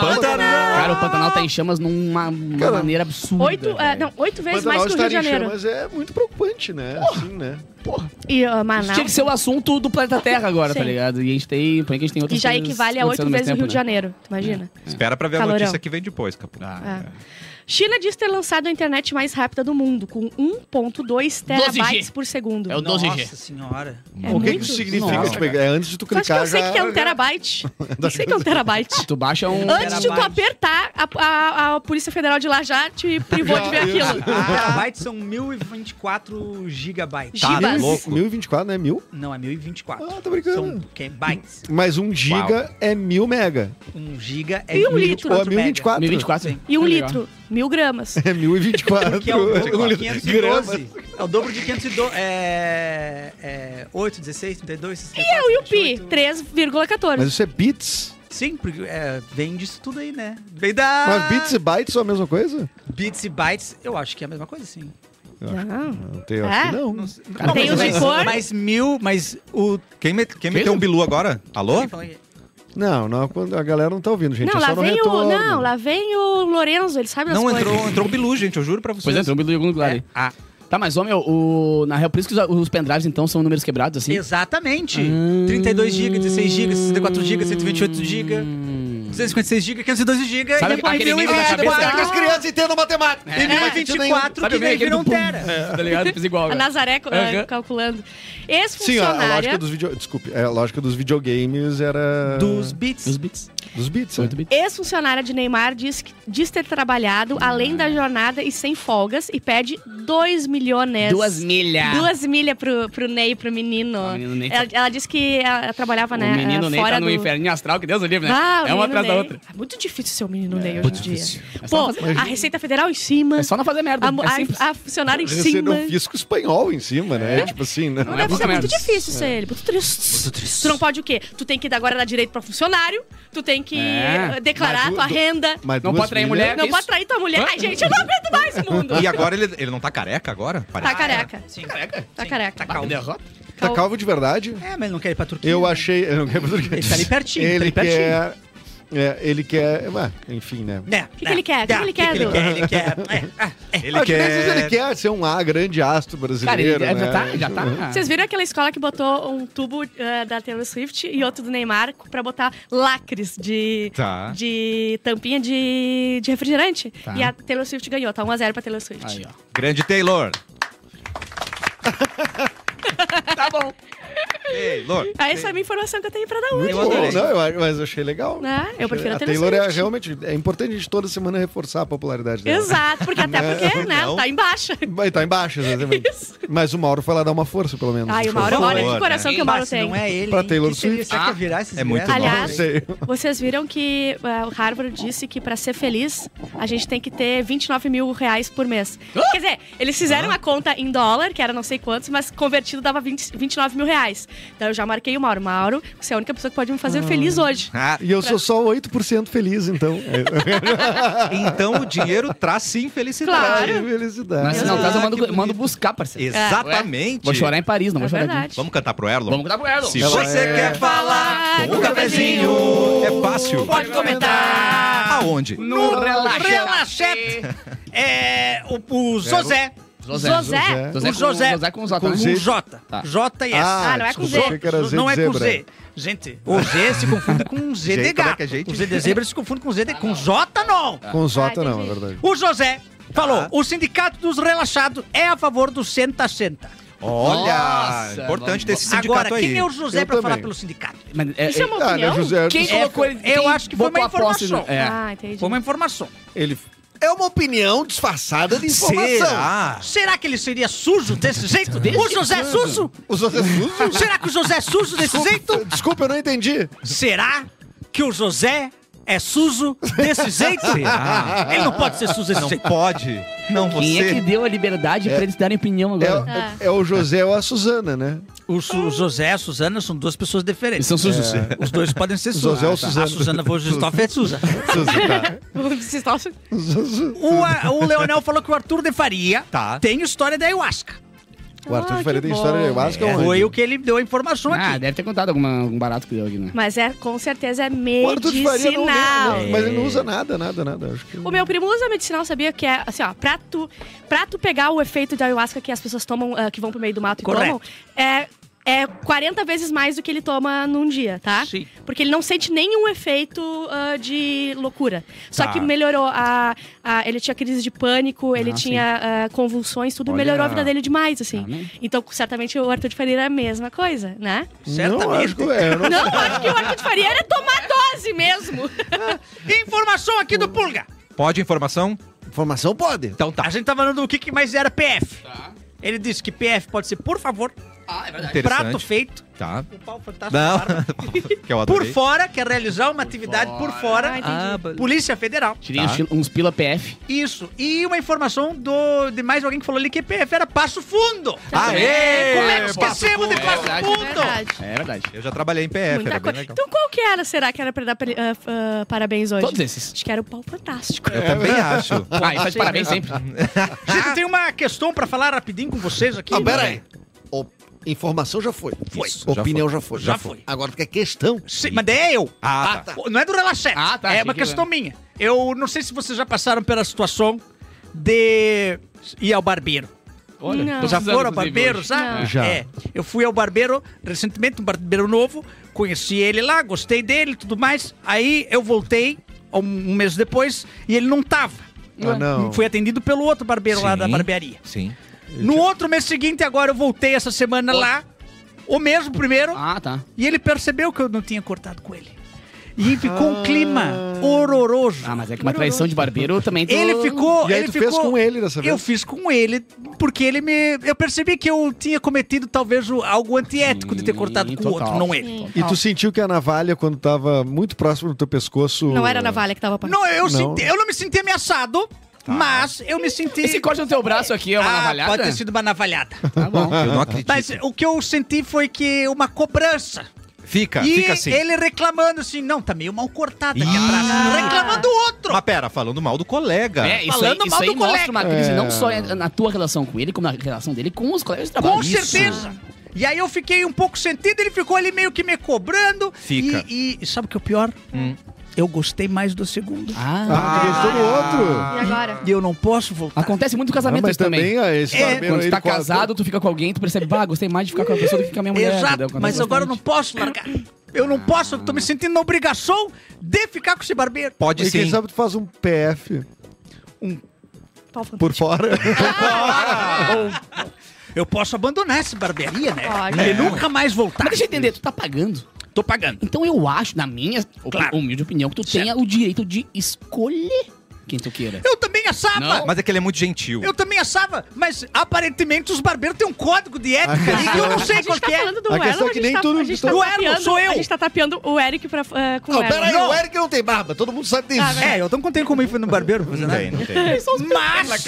D: Pantanal.
A: Pantanal.
C: Cara, o Pantanal tá em chamas numa uma
E: Cara,
C: maneira absurda.
B: Oito, é,
C: velho.
B: não, oito vezes
E: Pantanal
B: mais que o Rio de
E: estar em
B: Janeiro.
E: chamas é muito preocupante, né? Assim, né?
C: Porra,
B: E ah,
C: isso tinha que
B: Manaus.
C: ser o assunto do planeta Terra agora, tá
B: Sim.
C: ligado? E a gente tem. Por que a gente tem
B: Que
C: outras
B: já
C: coisas
B: equivale a
C: acontecendo
B: oito
C: ao
B: vezes o
C: mesmo tempo,
B: Rio de
C: né?
B: Janeiro. Tu imagina?
A: Espera pra ver a
B: Calorão.
A: notícia que vem depois, Capu.
C: Ah,
B: China diz ter lançado a internet mais rápida do mundo, com 1.2 terabytes por segundo.
C: É o 12G.
D: Nossa senhora.
B: É
E: o que, que
B: muito?
E: isso significa?
C: Nossa,
E: Tipo, é antes de tu
B: Tu acha que
E: clicar
B: eu sei
E: já...
B: que é um terabyte? Eu sei que é um terabyte.
C: Tu baixa <laughs> um.
B: Antes de tu
D: Terabyte.
B: apertar, a, a- a Polícia Federal de lá já te privou de ver aquilo.
D: Terabytes são 1024 gigabytes.
E: Ah,
B: Tá
A: Tá
B: Gibas.
A: louco.
E: 1024, né? Mil?
D: Não, é 1024.
E: Ah, tô brincando.
D: São que, é bytes.
E: Mas um giga é mil mega.
D: 1 giga é
B: E um
D: 1024
B: litro?
E: Ou é
D: mega.
E: 1024?
C: 1024.
D: Sim.
B: E um
C: Legal.
B: litro, mil gramas.
E: É 1024. <laughs>
D: Que é o dobro de
E: Gramas.
D: 512. É o dobro de 512. É, é 8, 16, 32, 64,
B: E é o Pi,
D: 28.
B: 3,14.
E: Mas isso é bits?
D: Sim, porque é, vem disso tudo aí, né? Vem da...
B: Ah.
E: Mas bits e bytes são a mesma coisa?
D: Bits e bytes, eu acho que é a mesma coisa, sim.
B: Não.
E: Não tem, eu
B: É?
E: acho que não.
C: Cara,
B: Tem
D: mas-
B: o de cor.
D: Mas mil, mas o...
A: Quem, me, quem meteu um bilu agora? Alô?
E: Não, não, quando a galera não tá ouvindo, gente.
B: Não,
E: é só
B: lá
E: no
B: vem o.
E: retorno.
B: Não, lá vem o Lorenzo, ele sabe das
A: Não,
B: coisas.
A: entrou, entrou um bilu, gente, eu juro pra
C: Pois
A: vocês.
C: é, tem um bilu em algum lugar aí.
A: Ah,
C: Tá, mas, homem, o, na real, por isso que os, os pendrives, então, são números quebrados, assim?
D: Exatamente.
B: Ah.
D: 32 GB, 16 GB, 64 GB, 128 GB,
C: Hum.
D: 256 GB, 512 GB
C: Sabe
D: e depois
C: aquele meme da cabeça?
E: Para que as
D: 1024.
E: crianças entendam matemática.
D: Em 1024,
C: Sabe
D: que
C: bem
D: daí
C: aquele
D: virou um
C: do pum?
D: tera.
C: É, tá ligado? Fiz
B: <laughs>
C: igual.
B: A
C: agora.
B: Nazaré
C: Aham.
B: uh, calculando.
E: Sim, a, a
B: Ex-funcionária.
E: lógica dos video... Desculpe, é, a lógica dos videogames era...
D: Dos bits.
C: Os bits.
E: Dos bits, né?
C: Oito bits.
B: Ex-funcionária de Neymar diz, que- diz ter trabalhado além da jornada e sem folgas e pede 2 milhões.
C: Duas milhas.
B: Duas milhas pro, pro Ney, pro menino.
C: Ah, o menino Ney tá-
B: Ela, ela disse que ela ela trabalhava,
C: O
B: né?
C: menino
B: eh,
C: Ney
B: fora
C: tá no
B: do...
C: inferninho astral, que Deus o livre, né?
B: Ah, o
C: é uma
B: menino
C: atrás da
B: Ney.
C: outra.
B: É muito difícil ser o menino Ney hoje
C: muito
B: em dia.
C: É só
B: Pô,
C: fazer-
B: a Receita Federal em cima.
C: É só não fazer merda.
B: A,
C: é simples.
B: a, a funcionária em
E: Receber
B: cima.
E: um fisco espanhol em cima, né? Tipo assim, né?
C: Não
B: Não
C: é
B: deve
C: pouca
B: ser muito
C: merda.
B: difícil ser ele. Muito triste. Tu não pode o quê? Tu tem que dar agora dar direito pra funcionário, tu tem que
C: É.
B: eh, declarar
E: Mas du-
B: tua
E: du-
B: renda.
E: Mas
C: Não
E: duas
C: pode trair
E: milhas-
C: mulher.
B: Não
C: é
B: pode
C: isso?
B: trair tua mulher. Ai, gente, eu não aguento mais o mundo.
A: <laughs> E agora ele, ele não tá careca agora?
B: Tá
A: Parece.
B: careca.
D: Sim.
B: Tá careca.
C: Bah, derrota.
E: Tá calvo de verdade?
D: É, mas não quer ir pra Turquia.
E: Eu achei... Eu não quero porque...
D: Ele tá ali pertinho, tá
E: Ele
D: ali pertinho.
E: quer... é, ele quer... Ah, enfim, né?
D: Né,
B: que
D: né,
B: ele quer? O que
D: né,
B: que ele
D: o
B: quer,
D: Ele
B: Edu?
D: quer, ele quer. é, ah, é.
A: Ele
E: Às vezes
A: quer...
E: ele quer ser um A grande astro
C: Cara, ele
E: brasileiro,
C: já
E: né?
C: tá, já tá.
B: Vocês viram aquela escola que botou um tubo eh, da Taylor Swift e outro do Neymar pra botar lacres de,
A: Tá.
B: de tampinha de, de refrigerante? E a Taylor Swift ganhou, tá 1x0 pra Taylor Swift.
C: Aí, ó.
A: Grande Taylor.
C: Tá bom.
A: Taylor.
B: Ah, essa é a minha informação que eu tenho pra dar hoje.
E: Muito
A: Eu adorei.
E: bom, não, eu, acho- mas eu achei legal.
B: Né? Eu prefiro a Taylor
E: é
B: Swift.
E: realmente é importante a gente toda semana reforçar a
B: <laughs>
E: popularidade dela.
B: Exato, porque até porque, né,
A: Não.
B: tá em baixa.
E: Mas tá embaixo, exatamente.
B: <laughs> Isso.
E: Mas o Mauro foi lá dar uma força, pelo menos.
B: Ai, o
E: <laughs>
B: Mauro,
A: favor,
B: olha
A: né?
B: que coração que o Mauro
D: Mas
B: tem.
D: não é ele.
E: Pra
D: hein?
E: Taylor
D: Que seria-
E: Swift.
D: Será que ia virar esses
A: É muito
D: ingressos?
B: Aliás,
E: Não sei.
B: Vocês viram que ah, o Harvard disse que pra ser feliz a gente tem que ter 29 mil reais por mês. Quer dizer, eles fizeram a conta em dólar, que era não sei quantos, mas convertido dava 20, 29 mil reais. Então eu já marquei o Mauro. Mauro, você é a única pessoa que pode me fazer feliz hoje.
A: Ah,
E: E eu sou só 8% feliz, então.
A: então o dinheiro traz sim felicidade.
B: Claro.
E: Felicidade.
C: Mas se não
A: Ah,
C: traz, eu
A: que
C: mando,
A: bonito.
C: mando buscar, parceiro.
A: Exatamente.
C: É. Vou chorar em Paris, não
B: É
C: vou chorar aqui.
B: verdade.
A: Vamos cantar pro Erlon?
C: Vamos cuidar com ela.
A: Se
E: Ela
A: você
E: é-
A: quer falar com um cafezinho, é fácil.
D: Pode comentar.
A: Aonde?
C: No relaxa.
D: Relaxete. É, o, o José.
C: José.
B: José.
C: José
D: O
C: com-
D: José.
C: José com Jota.
D: Com
C: né?
E: Z.
D: Um J.
C: Tá.
D: J e S.
B: Ah, não é com
E: desculpa,
B: Z.
E: achei que era Z
D: não
E: de
D: é com
E: zebra.
D: Z. Gente, o Z se confunde com Z de
A: Gente, como é
D: gato.
A: que é gente?
D: O Z de zebra se confunde com Z de... Com J, não.
E: Com
B: Ah,
E: Zota, não, é
B: entendi.
E: verdade.
D: O José falou, o sindicato dos relaxados é a favor do senta-senta.
A: Olha,
C: Nossa,
A: É importante
C: vamos-
A: ter esse sindicato
D: Agora,
A: aí.
D: quem é o José
E: Eu
D: pra falar
E: também.
D: pelo sindicato?
C: Mas, é,
B: Isso é uma
E: Ah, né,
B: opinião?
E: José?
C: Quem
D: É,
C: colocou ele?
D: eu
C: quem
D: acho que foi uma
C: botou a posse no-
D: informação.
C: É.
B: Ah, entendi.
D: Foi uma informação.
E: Ele é uma opinião disfarçada de
A: Será?
D: Será que ele seria sujo desse jeito? o José é Sujo?
E: O José Suso?
D: Será que o José é sujo desse jeito?
E: Desculpa, eu não entendi.
D: Será que o José é sujo desse jeito? Ele não pode ser sujo desse
A: Não
D: jeito.
A: pode. Não
C: Quem é
A: você.
C: que deu a liberdade pra eles darem opinião
E: É,
C: agora?
B: Ah.
E: é o José ou a Suzana, né?
D: O, Su- o José e a Suzana são duas pessoas diferentes. É.
C: Eles são sujos.
D: Os dois podem ser sujos.
E: José ou
D: Ah, tá.
E: Suzana?
D: A Suzana Vojistoff é suja.
E: Suzana.
B: <laughs> Vocês estão-
D: O, a- o Leonel falou que o Arthur de Faria
A: Tá.
D: tem história da Ayahuasca.
E: O Arthur
B: Ah,
E: de Faria
B: que
E: tem história
B: bom.
E: de ayahuasca é.
D: Foi
E: onde?
D: o que ele deu a informação
C: Ah,
D: aqui.
C: deve ter contado alguma, algum barato que deu aqui, né?
B: Mas é, com certeza é
E: O Arthur de Faria não,
B: medicinal.
E: não, mas ele não usa nada, nada, nada. Acho que...
B: O meu primo usa medicinal, sabia? Que é assim, ó, pra tu, pra tu pegar o efeito de ayahuasca que as pessoas tomam, ah, que vão pro meio do mato e
D: Correto.
B: tomam, é, é 40 vezes mais do que ele toma num dia, tá?
D: Sim.
B: Porque ele não sente nenhum efeito ah, de loucura. Só
A: Tá.
B: que melhorou. A, a- ele tinha crise de pânico, ele
C: Ah,
B: tinha ah, convulsões, tudo
A: Olha.
B: melhorou a vida dele demais, assim.
C: Amém.
B: Então, certamente, o Arthur de Faria era a mesma coisa, né?
E: Não, acho
D: Certamente.
E: que é. eu <laughs> não-
B: Não, acho que o Arthur de Faria era tomar dose
C: <laughs>
B: mesmo.
D: Informação aqui do Pulga.
A: Pode informação?
E: Informação pode.
A: Então tá.
D: A gente tava falando do que, que mais era PF. Ele disse que PF pode ser, por favor,
C: Ah, é verdade.
D: prato
A: Interessante.
D: feito.
A: Tá.
D: O pau fantástico.
A: Não.
D: claro.
A: <laughs> que eu
D: Por
A: adorei.
D: fora, quer realizar uma atividade por fora.
B: Ah, entendi.
D: Polícia Federal.
C: Tirei
A: Tá.
C: uns, uns pila PF.
D: Isso. E uma informação do, de mais alguém que falou ali que PF era Passo Fundo.
C: Tá
A: Aê!
D: Como é que esquecemos de
A: Passo
D: Passo
C: verdade,
D: Fundo?
C: É verdade.
A: Eu já trabalhei em PF,
B: Muita
A: era bem
B: coisa.
A: legal.
B: Então qual que era, será que era pra dar pre- ah, f- ah, parabéns hoje?
C: Todos esses.
B: Acho que era o pau fantástico.
A: Eu
D: É.
A: também acho.
C: Ah, e faz parabéns sempre.
D: Gente, tem uma questão pra falar rapidinho com vocês aqui.
E: Ah, pera aí. O- Informação já foi.
D: Foi.
E: Isso, Opinião já foi.
D: Já foi.
E: Agora tu quer questão.
D: Sim, mas daí é eu.
A: Ah, tá.
D: Não é do relaxete.
C: Ah, tá, achei
D: É uma
C: que
D: questão minha. Eu não sei se vocês já passaram pela situação de ir ao barbeiro.
C: Olha,
B: Não.
C: tô
D: Já
C: precisando,
D: foram a
C: inclusive,
D: barbeiro,
C: hoje.
D: sabe?
E: É. Já.
D: É. Eu fui ao barbeiro recentemente, um barbeiro novo, conheci ele lá, gostei dele e tudo mais. Aí eu voltei um- um mês depois e ele não tava.
E: Ah, não.
D: Fui atendido pelo outro barbeiro lá
A: Sim.
D: da barbearia.
A: Sim.
D: No outro mês seguinte, agora eu voltei essa semana lá, o mesmo primeiro,
C: Ah, tá.
D: e ele percebeu que eu não tinha cortado com ele. E ficou um clima horroroso.
C: Ah, mas é que uma traição de barbeiro eu também. tô-
D: Ele ficou.
E: E aí
D: ele
E: tu fez
D: ficou-
E: com ele dessa
D: Eu
E: vez?
D: fiz com ele, porque ele me. Eu percebi que eu tinha cometido talvez o- algo antiético de ter cortado com o
C: Total.
D: outro, não ele.
E: E tu sentiu que a navalha, quando tava muito próximo do teu pescoço...
B: Não é- era a navalha que tava pra
D: Não, eu,
E: Não.
D: senti- eu não me senti ameaçado, mas eu me senti.
C: Esse corte no teu braço aqui é uma
D: Ah,
C: navalhada?
D: Pode ter sido uma navalhada.
C: Tá bom.
A: Eu não acredito.
D: Mas o que eu senti foi que uma cobrança.
A: Fica,
D: e
A: fica assim.
D: ele reclamando assim, não, tá meio mal cortado aqui
A: Ih.
D: atrás. Reclamando do outro.
A: Mas pera, falando mal do colega.
C: É, isso
D: Falando mal
C: aí, isso aí
D: do
C: mostra
D: colega.
C: uma crise
E: É.
C: não só na tua relação com ele, como na relação dele com os colegas de trabalho.
D: Com certeza. E aí eu fiquei um pouco sentido, ele ficou ali meio que me cobrando.
A: Fica.
D: E, e sabe o que é o pior? Eu gostei mais do segundo.
C: Hum. Ah,
E: Ah, tu gostou do outro?
B: E agora?
D: E eu não posso voltar.
C: acontece muito em
E: Ah,
C: casamento
E: mas
C: isso também.
E: também, ah, esse
D: É,
E: barbeiro...
C: Quando tu
E: ele
C: tá
E: quase-
C: casado, tu fica com alguém, tu percebe, bah, gostei mais de ficar com a pessoa do que com a minha mulher.
D: Exato,
C: entendeu? Acontece
D: mas agora eu não
C: bastante.
D: posso largar. Eu não posso, eu tô me sentindo na obrigação de ficar com esse barbeiro.
A: Pode
E: E
A: sim.
E: quem sabe tu faz um PF
B: Pau fantástico.
E: por fora.
D: Eu posso abandonar essa barbearia, né?
B: Pode.
D: E nunca mais voltar.
C: É. Mas deixa eu entender, tu tá pagando.
D: Tô pagando.
C: Então eu acho, na minha opi-
D: Claro.
C: humilde opinião, que tu
D: Certo.
C: tenha o direito de escolher quem tu queira.
D: Eu também assava.
C: Não.
A: Mas é que ele é muito gentil.
D: Eu também assava, mas aparentemente os barbeiros têm um código de ética
C: Ah.
D: ali que eu não
B: a
D: sei
B: gente
D: qual
B: tá
D: que é.
B: falando do
E: A questão
B: Erlon,
E: é que
B: a
E: nem
B: gente
E: tudo-
B: tá, a gente tá
D: tudo- O Erlon,
B: tapeando,
D: sou eu.
B: A gente tá tapeando o Eric pra, eh, com o
E: Não,
B: Erlon.
E: peraí,
D: Não.
E: o Eric não tem barba. Todo mundo sabe disso.
B: Ah, vai.
D: É, eu não contei como ir foi no barbeiro.
A: Não tem, não tem.
D: Mas,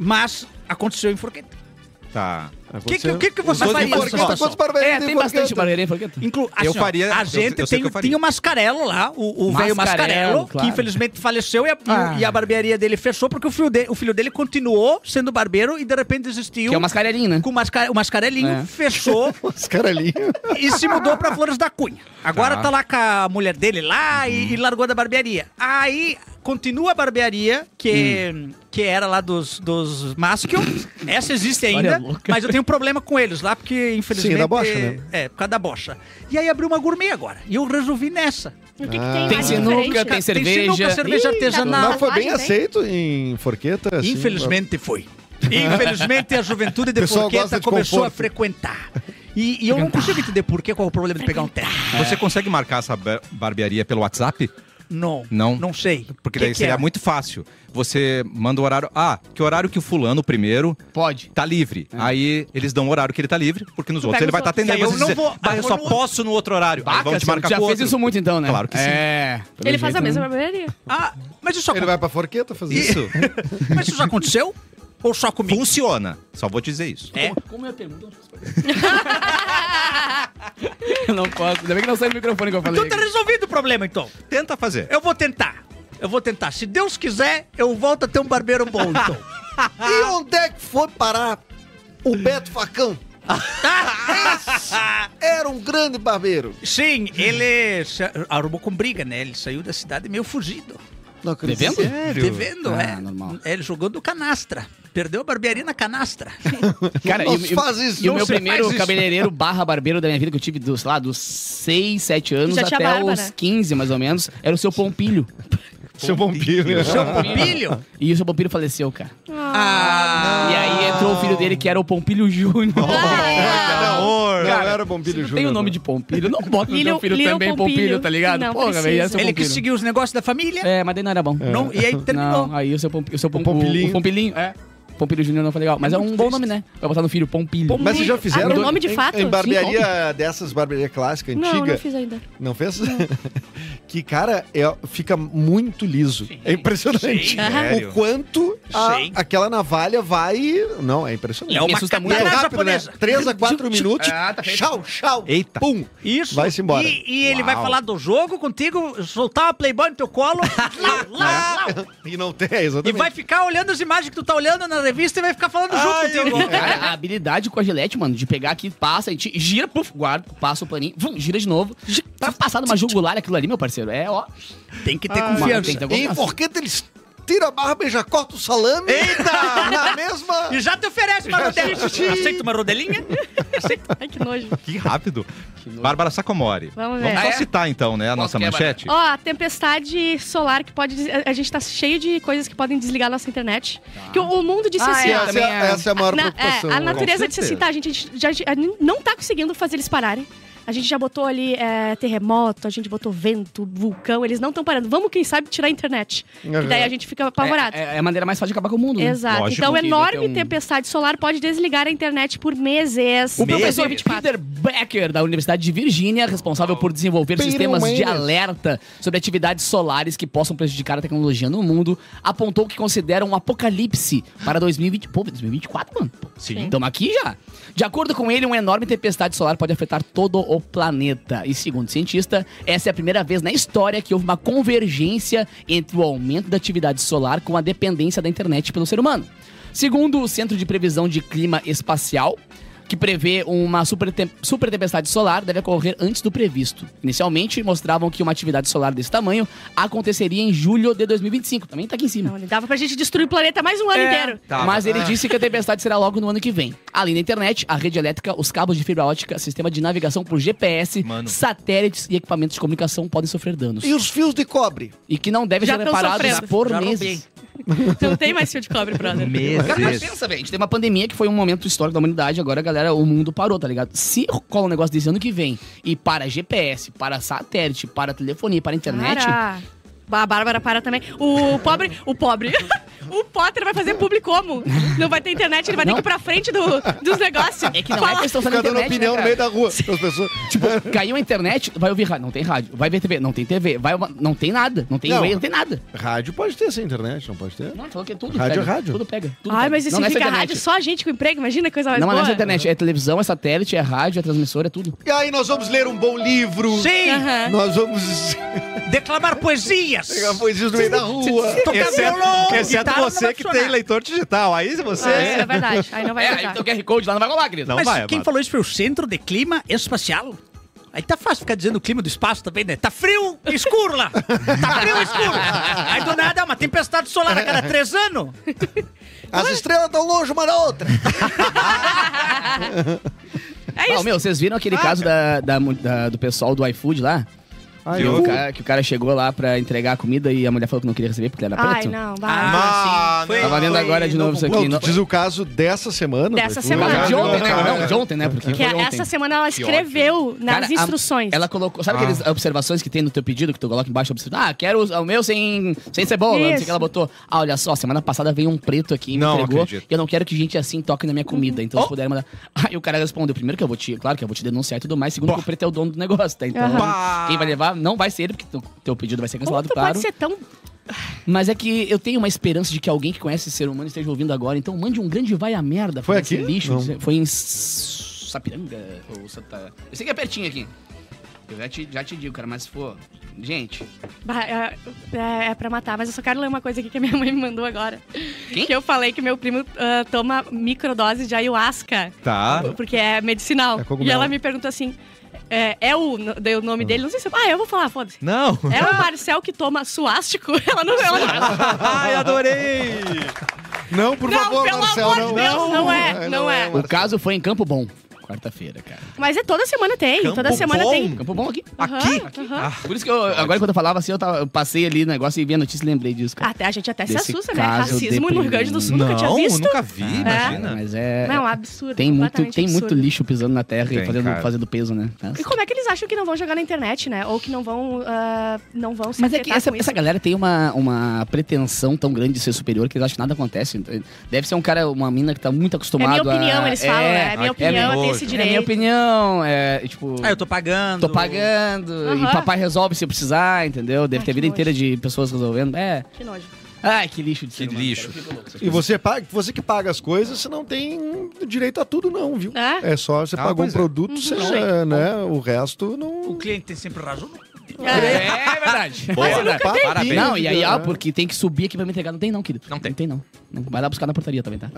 D: mas aconteceu em Forqueta.
A: Tá.
D: O que, que, o que, que
E: Os
D: você
E: dois
D: faria
E: tem
D: nessa
E: forqueta, quantos
D: situação?
E: barbeiros
C: É, tem bastante
E: forqueta?
C: barbeiro, hein, Forqueta?
D: Inclu assim,
A: Eu
D: ó,
A: faria-
D: A
A: eu-
D: gente
A: eu sei
D: tem,
A: o que eu faria.
D: tinha o Mascarello lá, o, o velho
C: Mascarello,
D: Mascarello,
C: claro.
D: que infelizmente faleceu e a, e o-
C: Ah.
D: e a barbearia dele fechou porque o filho, de- o filho dele continuou sendo barbeiro e de repente desistiu.
C: Que é uma mascarelinha, né?
D: Com o masca- o Mascarellinho
C: É. <laughs>
D: fechou
E: <laughs> Os caralhinhos.
D: e se mudou pra Flores da Cunha. Agora
A: Tá.
D: tá, lá com a mulher dele lá
E: Hum.
D: e, e largou da barbearia. Aí continua a barbearia, que,
E: Hum.
D: que era lá dos, dos
E: <coughs>
D: Maschio. Essa existe
C: História
D: ainda,
C: louca.
D: mas eu tenho um problema com eles lá, porque infelizmente...
E: Sim, da bocha, né?
D: É, por causa da bocha. E aí abriu uma gourmet agora. E eu resolvi nessa.
B: O que, que
E: Ah.
B: tem
C: Tem
B: mais
C: sinuca,
B: diferente?
C: tem cerveja.
D: sinuca, cerveja
B: Ih,
D: artesanal.
E: Mas foi bem
B: Massagem,
E: aceito em forqueta? assim,
D: Infelizmente foi. Infelizmente a juventude
E: <laughs>
D: de
E: Pessoal
D: Porqueta
E: gosta de
D: começou a
E: conforto.
D: frequentar. E, e eu não consigo entender por que qual é o problema de pegar um teto.
A: Você consegue marcar essa bar- barbearia pelo WhatsApp?
D: Não.
A: Não.
D: Não sei.
A: Porque
D: Que
A: daí
D: que
A: seria
D: é?
A: muito fácil. Você manda o horário. Ah, que horário que o fulano primeiro
C: Pode. É.
A: tá livre. Aí eles dão o horário que ele tá livre, porque nos
B: Tu
A: outros ele
B: pega os
A: vai estar
B: outros.
A: atendendo.
D: E aí eu
A: Mas
D: não
A: você-
D: vou-
A: Ah, eu
D: eu
A: só
D: vou no
A: posso no outro horário. Aí
C: Baca,
A: vão te marcar
C: já
A: pro
C: fez
A: outro.
C: isso muito então, né?
A: Claro que sim.
C: É.
B: Ele faz a
C: jeito, né?
B: mesma barbearia.
D: Ah, mas isso,
E: Ele
D: acon-
E: vai pra forqueta fazer isso?
A: Isso.
D: <laughs> mas isso já aconteceu? Ou só comigo?
A: Funciona. Só vou te dizer isso.
D: É.
C: Como é a pergunta? eu não posso. Ainda bem que não sai do microfone que eu falei.
D: Então tá resolvido o problema, então.
A: Tenta fazer. É
D: Eu vou tentar. Eu vou tentar. Se Deus quiser, eu volto a ter um barbeiro bom, então.
E: E onde é que foi parar o Beto Facão? Esse era um grande barbeiro.
D: Sim, ele se arrumou com briga, né? Ele saiu da cidade meio fugido.
E: Não acredito.
C: Devendo?
D: Devendo,
C: Ah,
D: é.
C: normal.
D: Ele jogando canastra. Perdeu a barbearia na canastra.
C: Cara,
E: Não
C: e-
E: se
C: e-
E: faz isso,
C: e o
E: não
C: meu
E: se
C: primeiro
E: faz isso.
C: cabeleireiro barra barbeiro da minha vida que eu tive, dos, sei lá, dos 6, 7 anos
B: Já tinha
C: até
B: barba,
C: os
B: né?
C: 15, mais ou menos, era o seu Pompilho.
E: Seu Pompilho.
D: Seu Pompilho?
C: E o seu Pompilho faleceu, cara.
D: Ah,
C: E aí entrou o filho dele, que era o Pompilho Júnior.
B: É,
E: Não
C: Cara,
E: era o Pompilho
C: Não
E: Júnior.
C: tem o nome de Pompilho. Não bota no
B: Little-
C: teu filho
B: Little
C: também Pompilho,
B: Pompilho.
C: tá ligado?
B: Não
C: Porra,
B: precisa.
C: velho, é seu
D: ele quis
C: Pompilho.
D: seguir os negócios da família.
C: É, mas daí não era bom.
D: Não, e aí terminou. É
C: Não, aí o seu Pompilho. O, seu Pomp- o-
E: Pompilinho.
C: o Pompilinho, é. Pompilho Júnior não foi legal. Mas é um bom nome, né? Vai botar no filho, Pompilho.
B: Pompilho.
E: Mas vocês já fizeram?
B: Ah, meu nome de
E: em,
B: fato?
E: Em
C: Sim,
E: barbearia dessas, barbearia clássica, antiga.
B: Não, não fiz ainda.
E: Não fez? <laughs> que, cara, é- fica muito liso. É impressionante.
A: Sério?
E: O quanto a-
D: Sim.
E: aquasaquela navalha vai. Não, é impressionante.
D: É uma
C: assusta muito.
D: canastra
E: Muito rápido, né?
D: japonesa.
E: 3 a 4 minutos.
C: Ah, tá feito.
E: Tchau, tchau.
A: Eita.
E: Pum.
D: Isso.
E: Vai-se embora.
D: E, e ele vai
A: Uau.
D: falar do jogo contigo, soltar a Playboy no
A: <laughs>
D: teu colo lá, lá, lá,
E: <laughs> E não tem, é exatamente.
D: Ah, e vai ficar olhando as imagens que tu tá olhando na revista e vai ficar falando junto contigo. <laughs>
C: Cara, a habilidade com a gilete, mano, de pegar aqui, passa, a gente gira, puf, guarda, passa o paninho, vum, gira de novo. Tá passado uma jugular aquilo ali, meu parceiro. É, ó.
D: Tem que ter
C: Mano, tem que ter
D: confiança.
E: E em
C: confiança.
E: Forqueta eles tira a barba e já corta o salame. Eita! <laughs> Na mesma.
D: E já te oferece uma rodelinha. Aceita uma rodelinha?
B: Ai, que nojo.
A: Que rápido. Bárbara Sacomori.
B: Vamos ver.
A: Vamos
C: Ah,
A: só
C: é?
A: citar, então, né, a
C: Posso
A: nossa
C: quebrar?
A: manchete.
B: Ó, a tempestade solar que pode. des- A gente tá cheio de coisas que podem desligar nossa internet. Que o, o mundo disse
C: Ah,
B: assim,
C: é,
B: ó.
E: Essa,
C: também
E: é,
C: é-
E: essa é a maior
B: Na- é,
E: preocupação.
B: a
E: né?
B: natureza
A: Com
B: disse assim,
A: certeza.
B: tá, a gente, a gente já, a gente não tá conseguindo fazer eles pararem. A gente já botou ali é, terremoto, a gente botou vento, vulcão, eles não estão parando. Vamos, quem sabe, tirar a internet.
E: É
B: Que daí a gente fica apavorado.
C: É, é- é a maneira mais fácil de acabar com o mundo. né?
B: Exato.
A: Lógico
B: então,
C: que vai
B: enorme
C: ter um-
B: tempestade solar pode desligar a internet por meses.
C: O professor
B: 2024.
C: Peter Becker, da Universidade de Virgínia, responsável por desenvolver
E: Peter
C: sistemas de
E: Wayne.
C: alerta sobre atividades solares que possam prejudicar a tecnologia no mundo, apontou que considera um apocalipse para 2020. Pô, 2024, mano.
A: Sim.
C: Estamos aqui já. De acordo com ele, uma enorme tempestade solar pode afetar todo o planeta. E segundo o cientista, essa é a primeira vez na história que houve uma convergência entre o aumento da atividade solar com a dependência da internet pelo ser humano. Segundo o Centro de Previsão de Clima Espacial, que prevê uma super, tem- super tempestade solar deve ocorrer antes do previsto. Inicialmente, mostravam que uma atividade solar desse tamanho aconteceria em julho de 2025. Também tá aqui em cima.
B: Não, dava pra gente destruir o planeta mais um ano
C: É. <laughs>
B: inteiro.
A: Tá,
C: Mas ele disse que a tempestade será logo no ano que vem. Além da internet, a rede elétrica, os cabos de fibra ótica, sistema de navegação por GPS,
A: Mano.
C: satélites e equipamentos de comunicação podem sofrer danos.
E: E os fios de cobre?
C: E que não devem
B: Já
C: ser
B: tão
C: reparados
B: sofrendo.
C: por
D: Já roubei.
C: meses.
B: Não Então, tem mais fio de cobre, brother.
C: Cara, mas
A: Meses.
C: pensa, velho. A gente teve uma pandemia que foi um momento histórico da humanidade. Agora, galera, o mundo parou, tá ligado? Se cola um negócio desse ano que vem e para GPS, para satélite, para telefonia, para internet.
B: Para. A Bárbara para também. O pobre. O pobre. <laughs> O Potter vai fazer público como? Não vai ter internet, ele vai ter
C: Não.
B: que ir pra frente do- dos negócios.
C: É que não é questão só da
E: Fica
C: internet,
E: dando
C: né,
E: opinião no
C: cara?
E: meio da rua. As pessoas. Tipo,
C: Caiu a internet, vai ouvir rádio. Não tem rádio. Vai ver TV. Não tem TV. Vai, uma- não tem nada. Não tem
E: Não.
C: e-mail, não tem nada.
E: rádio pode ter sem internet, não pode ter?
C: Não, falou que é tudo.
E: Rádio
C: pega,
E: é rádio.
C: Tudo pega. Tudo
B: Ai,
C: pega.
B: mas
C: não
B: isso
C: é só
B: fica
C: internet.
B: rádio só a gente com emprego? Imagina que coisa mais
C: Não, mas
B: boa.
C: não é só internet. É televisão, é satélite, é rádio, é transmissora, é tudo.
E: E aí nós vamos ler um bom livro.
D: Sim!
B: Aham.
E: É. Nós vamos
D: Declamar poesias!
E: pegar poesias É, no meio da rua.
D: Tocar
A: Exceto,
D: violão!
A: exceto
D: guitarra não vai
A: você que tem
D: funcionar.
A: leitor digital. Aí você.
B: É, é verdade. Aí não vai
C: É,
B: entrar.
C: então o QR Code lá não vai rolar, querido.
A: Não
D: Mas
A: vai,
D: quem
A: Amado.
D: falou isso foi o Centro de Clima Espacial. Aí tá fácil ficar dizendo o clima do espaço também, né? Tá frio, escuro lá. Tá frio, escuro. Aí do nada é uma tempestade solar a cada três anos.
E: As estrelas estão longe uma da outra.
B: É
C: Ah,
B: isso.
C: meu, vocês viram aquele caso da, da mu- da- do pessoal do iFood lá?
E: Ai,
C: que,
A: eu-
C: o cara, que o cara chegou lá pra entregar a comida e a mulher falou que não queria receber porque ele era
B: Ai,
C: preto.
B: não, vai.
D: Ah,
A: Mas-
D: sim. Foi-
C: Tava vendo
D: foi
C: agora de novo isso aqui.
E: Não,
C: Não-
E: tu diz o caso dessa semana?
B: Dessa
E: né? Tu-
B: semana.
C: Caso de ontem, né?
E: Cara,
C: Não, de ontem, né? Porque
B: Que é
C: foi ontem.
B: essa semana ela escreveu nas
C: Cara, a-
B: instruções.
C: ela colocou. Sabe
A: Ah.
C: aquelas observações que tem no teu pedido que tu coloca embaixo? observa- Ah, quero os- o meu sem, sem cebola. Não sei o
B: Isso.
C: que ela botou. Ah, olha só, semana passada veio um preto aqui e me
A: Não
C: entregou.
A: acredito. Oh.
C: E eu não quero que gente assim toque na minha comida. Então, se puder mandar. <laughs> Aí o cara respondeu: primeiro que eu vou te. Claro que eu vou te denunciar e tudo mais. Segundo que o preto é o dono do negócio, tá? Então,
B: Aham.
C: quem vai levar não vai ser ele, porque teu, teu pedido vai ser
B: Como
C: cancelado,
B: tu
C: claro.
B: pode ser tão.
C: Mas é que eu tenho uma esperança de que alguém que conhece esse ser humano esteja ouvindo agora. Então, mande um grande vai a merda.
E: Foi
C: pra esse
E: aqui?
C: Lixo,
E: Não.
C: dizer- Foi em S- Sapiranga. Ou Santa... Eu sei que é pertinho aqui. Eu já te, já te digo, cara, mas se for. Gente,
B: Bah, É, é, é pra matar, mas eu só quero ler uma coisa aqui que a minha mãe me mandou agora.
C: Quem?
B: Que eu falei que meu primo ah, toma microdose de ayahuasca.
A: Tá.
B: Porque é medicinal.
E: É cogumelo.
B: e ela me perguntou assim: é, é o, no- dei o nome dele? Não sei se. eu- Ah, eu vou falar, foda-se.
A: Não.
B: É o Marcel que toma suástico? <laughs> Ela não. Ela não
A: Ai, adorei.
E: Não, por
B: Não,
E: favor,
B: pelo
E: Marcel,
B: amor de
E: não.
B: Deus, não é, não é.
C: o caso foi em Campo Bom. Quarta-feira, cara.
B: Mas é toda semana tem,
A: Campo
B: toda semana
A: Bom?
B: tem.
C: Campo Bom aqui.
B: Aham,
A: Aqui?
B: aham.
A: Ah,
C: Por isso que eu, agora quando eu falava assim, eu, tava- eu passei ali no negócio e vi a notícia e lembrei disso, cara.
B: Até, a gente até se
C: Desse
B: assusta, né?
C: caso
B: Racismo no Rio Grande do Sul, nunca tinha
A: não,
B: visto.
A: nunca vi,
C: Cara,
A: imagina.
C: Mas é.
B: Não, um absurdo.
C: tem muito,
B: completamente
C: tem muito
B: absurdo.
C: lixo pisando na terra
A: Tem,
C: e fazendo,
A: cara.
C: fazendo peso, né? Nossa.
B: E como é que eles acham que não vão jogar na internet, né? Ou que não vão, ah, não vão se
C: Mas é que
B: afetar
C: essa,
B: com
C: essa
B: isso.
C: galera tem uma, uma pretensão tão grande de ser superior que eles acham que nada acontece. Deve ser um cara, uma mina que tá muito
B: É
C: acostumado
B: minha
C: a...
B: opinião, eles falam, né? É
A: aquele
B: minha opinião, eu tenho
A: nojo.
B: esse
C: É minha
B: direito.
C: opinião, é tipo...
D: Ah, eu tô pagando.
C: Tô pagando, e
B: Aham.
C: papai resolve se precisar, entendeu? Deve
B: Ai,
C: ter a
B: que
C: vida
B: nojo.
C: inteira de pessoas resolvendo. É.
B: Que nojo.
C: Ai, que lixo de
A: Que
C: ser humano,
A: lixo.
C: cara. Eu fico louco.
E: E você, paga, você que paga as coisas, você não tem direito a tudo, não, viu?
B: É?
E: É só você
A: Ah,
E: pagou um
A: pois é.
E: produto, você, é, né? O resto
D: O
E: não.
D: cliente tem sempre razão.
B: É.
C: É verdade.
A: Boa.
C: É verdade.
A: Parabéns.
C: Não, e aí,
E: Né?
C: ó, porque tem que subir aqui pra me entregar. Não tem não, querido.
A: Não tem.
C: Não tem não. Não, Vai lá buscar na portaria também, tá?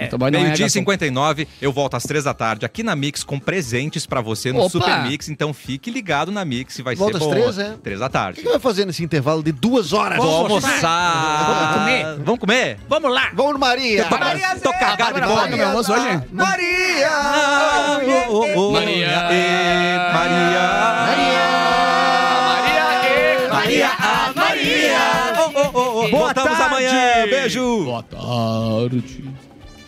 C: Meu trabalho não é
A: Meio-dia e
C: redação.
A: 59, eu volto às três da tarde aqui na Mix com presentes pra você no
C: Opa!
A: Super Mix. Então fique ligado na Mix e vai
E: Volta
A: ser
E: às
A: bom.
E: três, é?
A: Três da
E: O que,
A: tarde.
E: que vai fazer nesse intervalo de duas horas?
A: Vou
D: Vamos
A: almoçar.
D: Vamos comer?
A: Vamos comer?
D: Vamos lá!
E: Vamos no Maria!
A: Tô- Tô cagado de
C: Bárbara
A: fome.
C: vai comer almoço hoje? é
A: Maria! Oh, oh, oh.
C: Maria!
A: E Maria!
C: Maria,
A: Maria! ah, Maria! Oh, oh, oh, oh.
H: Boa
A: Voltamos
H: tarde.
A: amanhã. Beijo!
C: Boa tarde.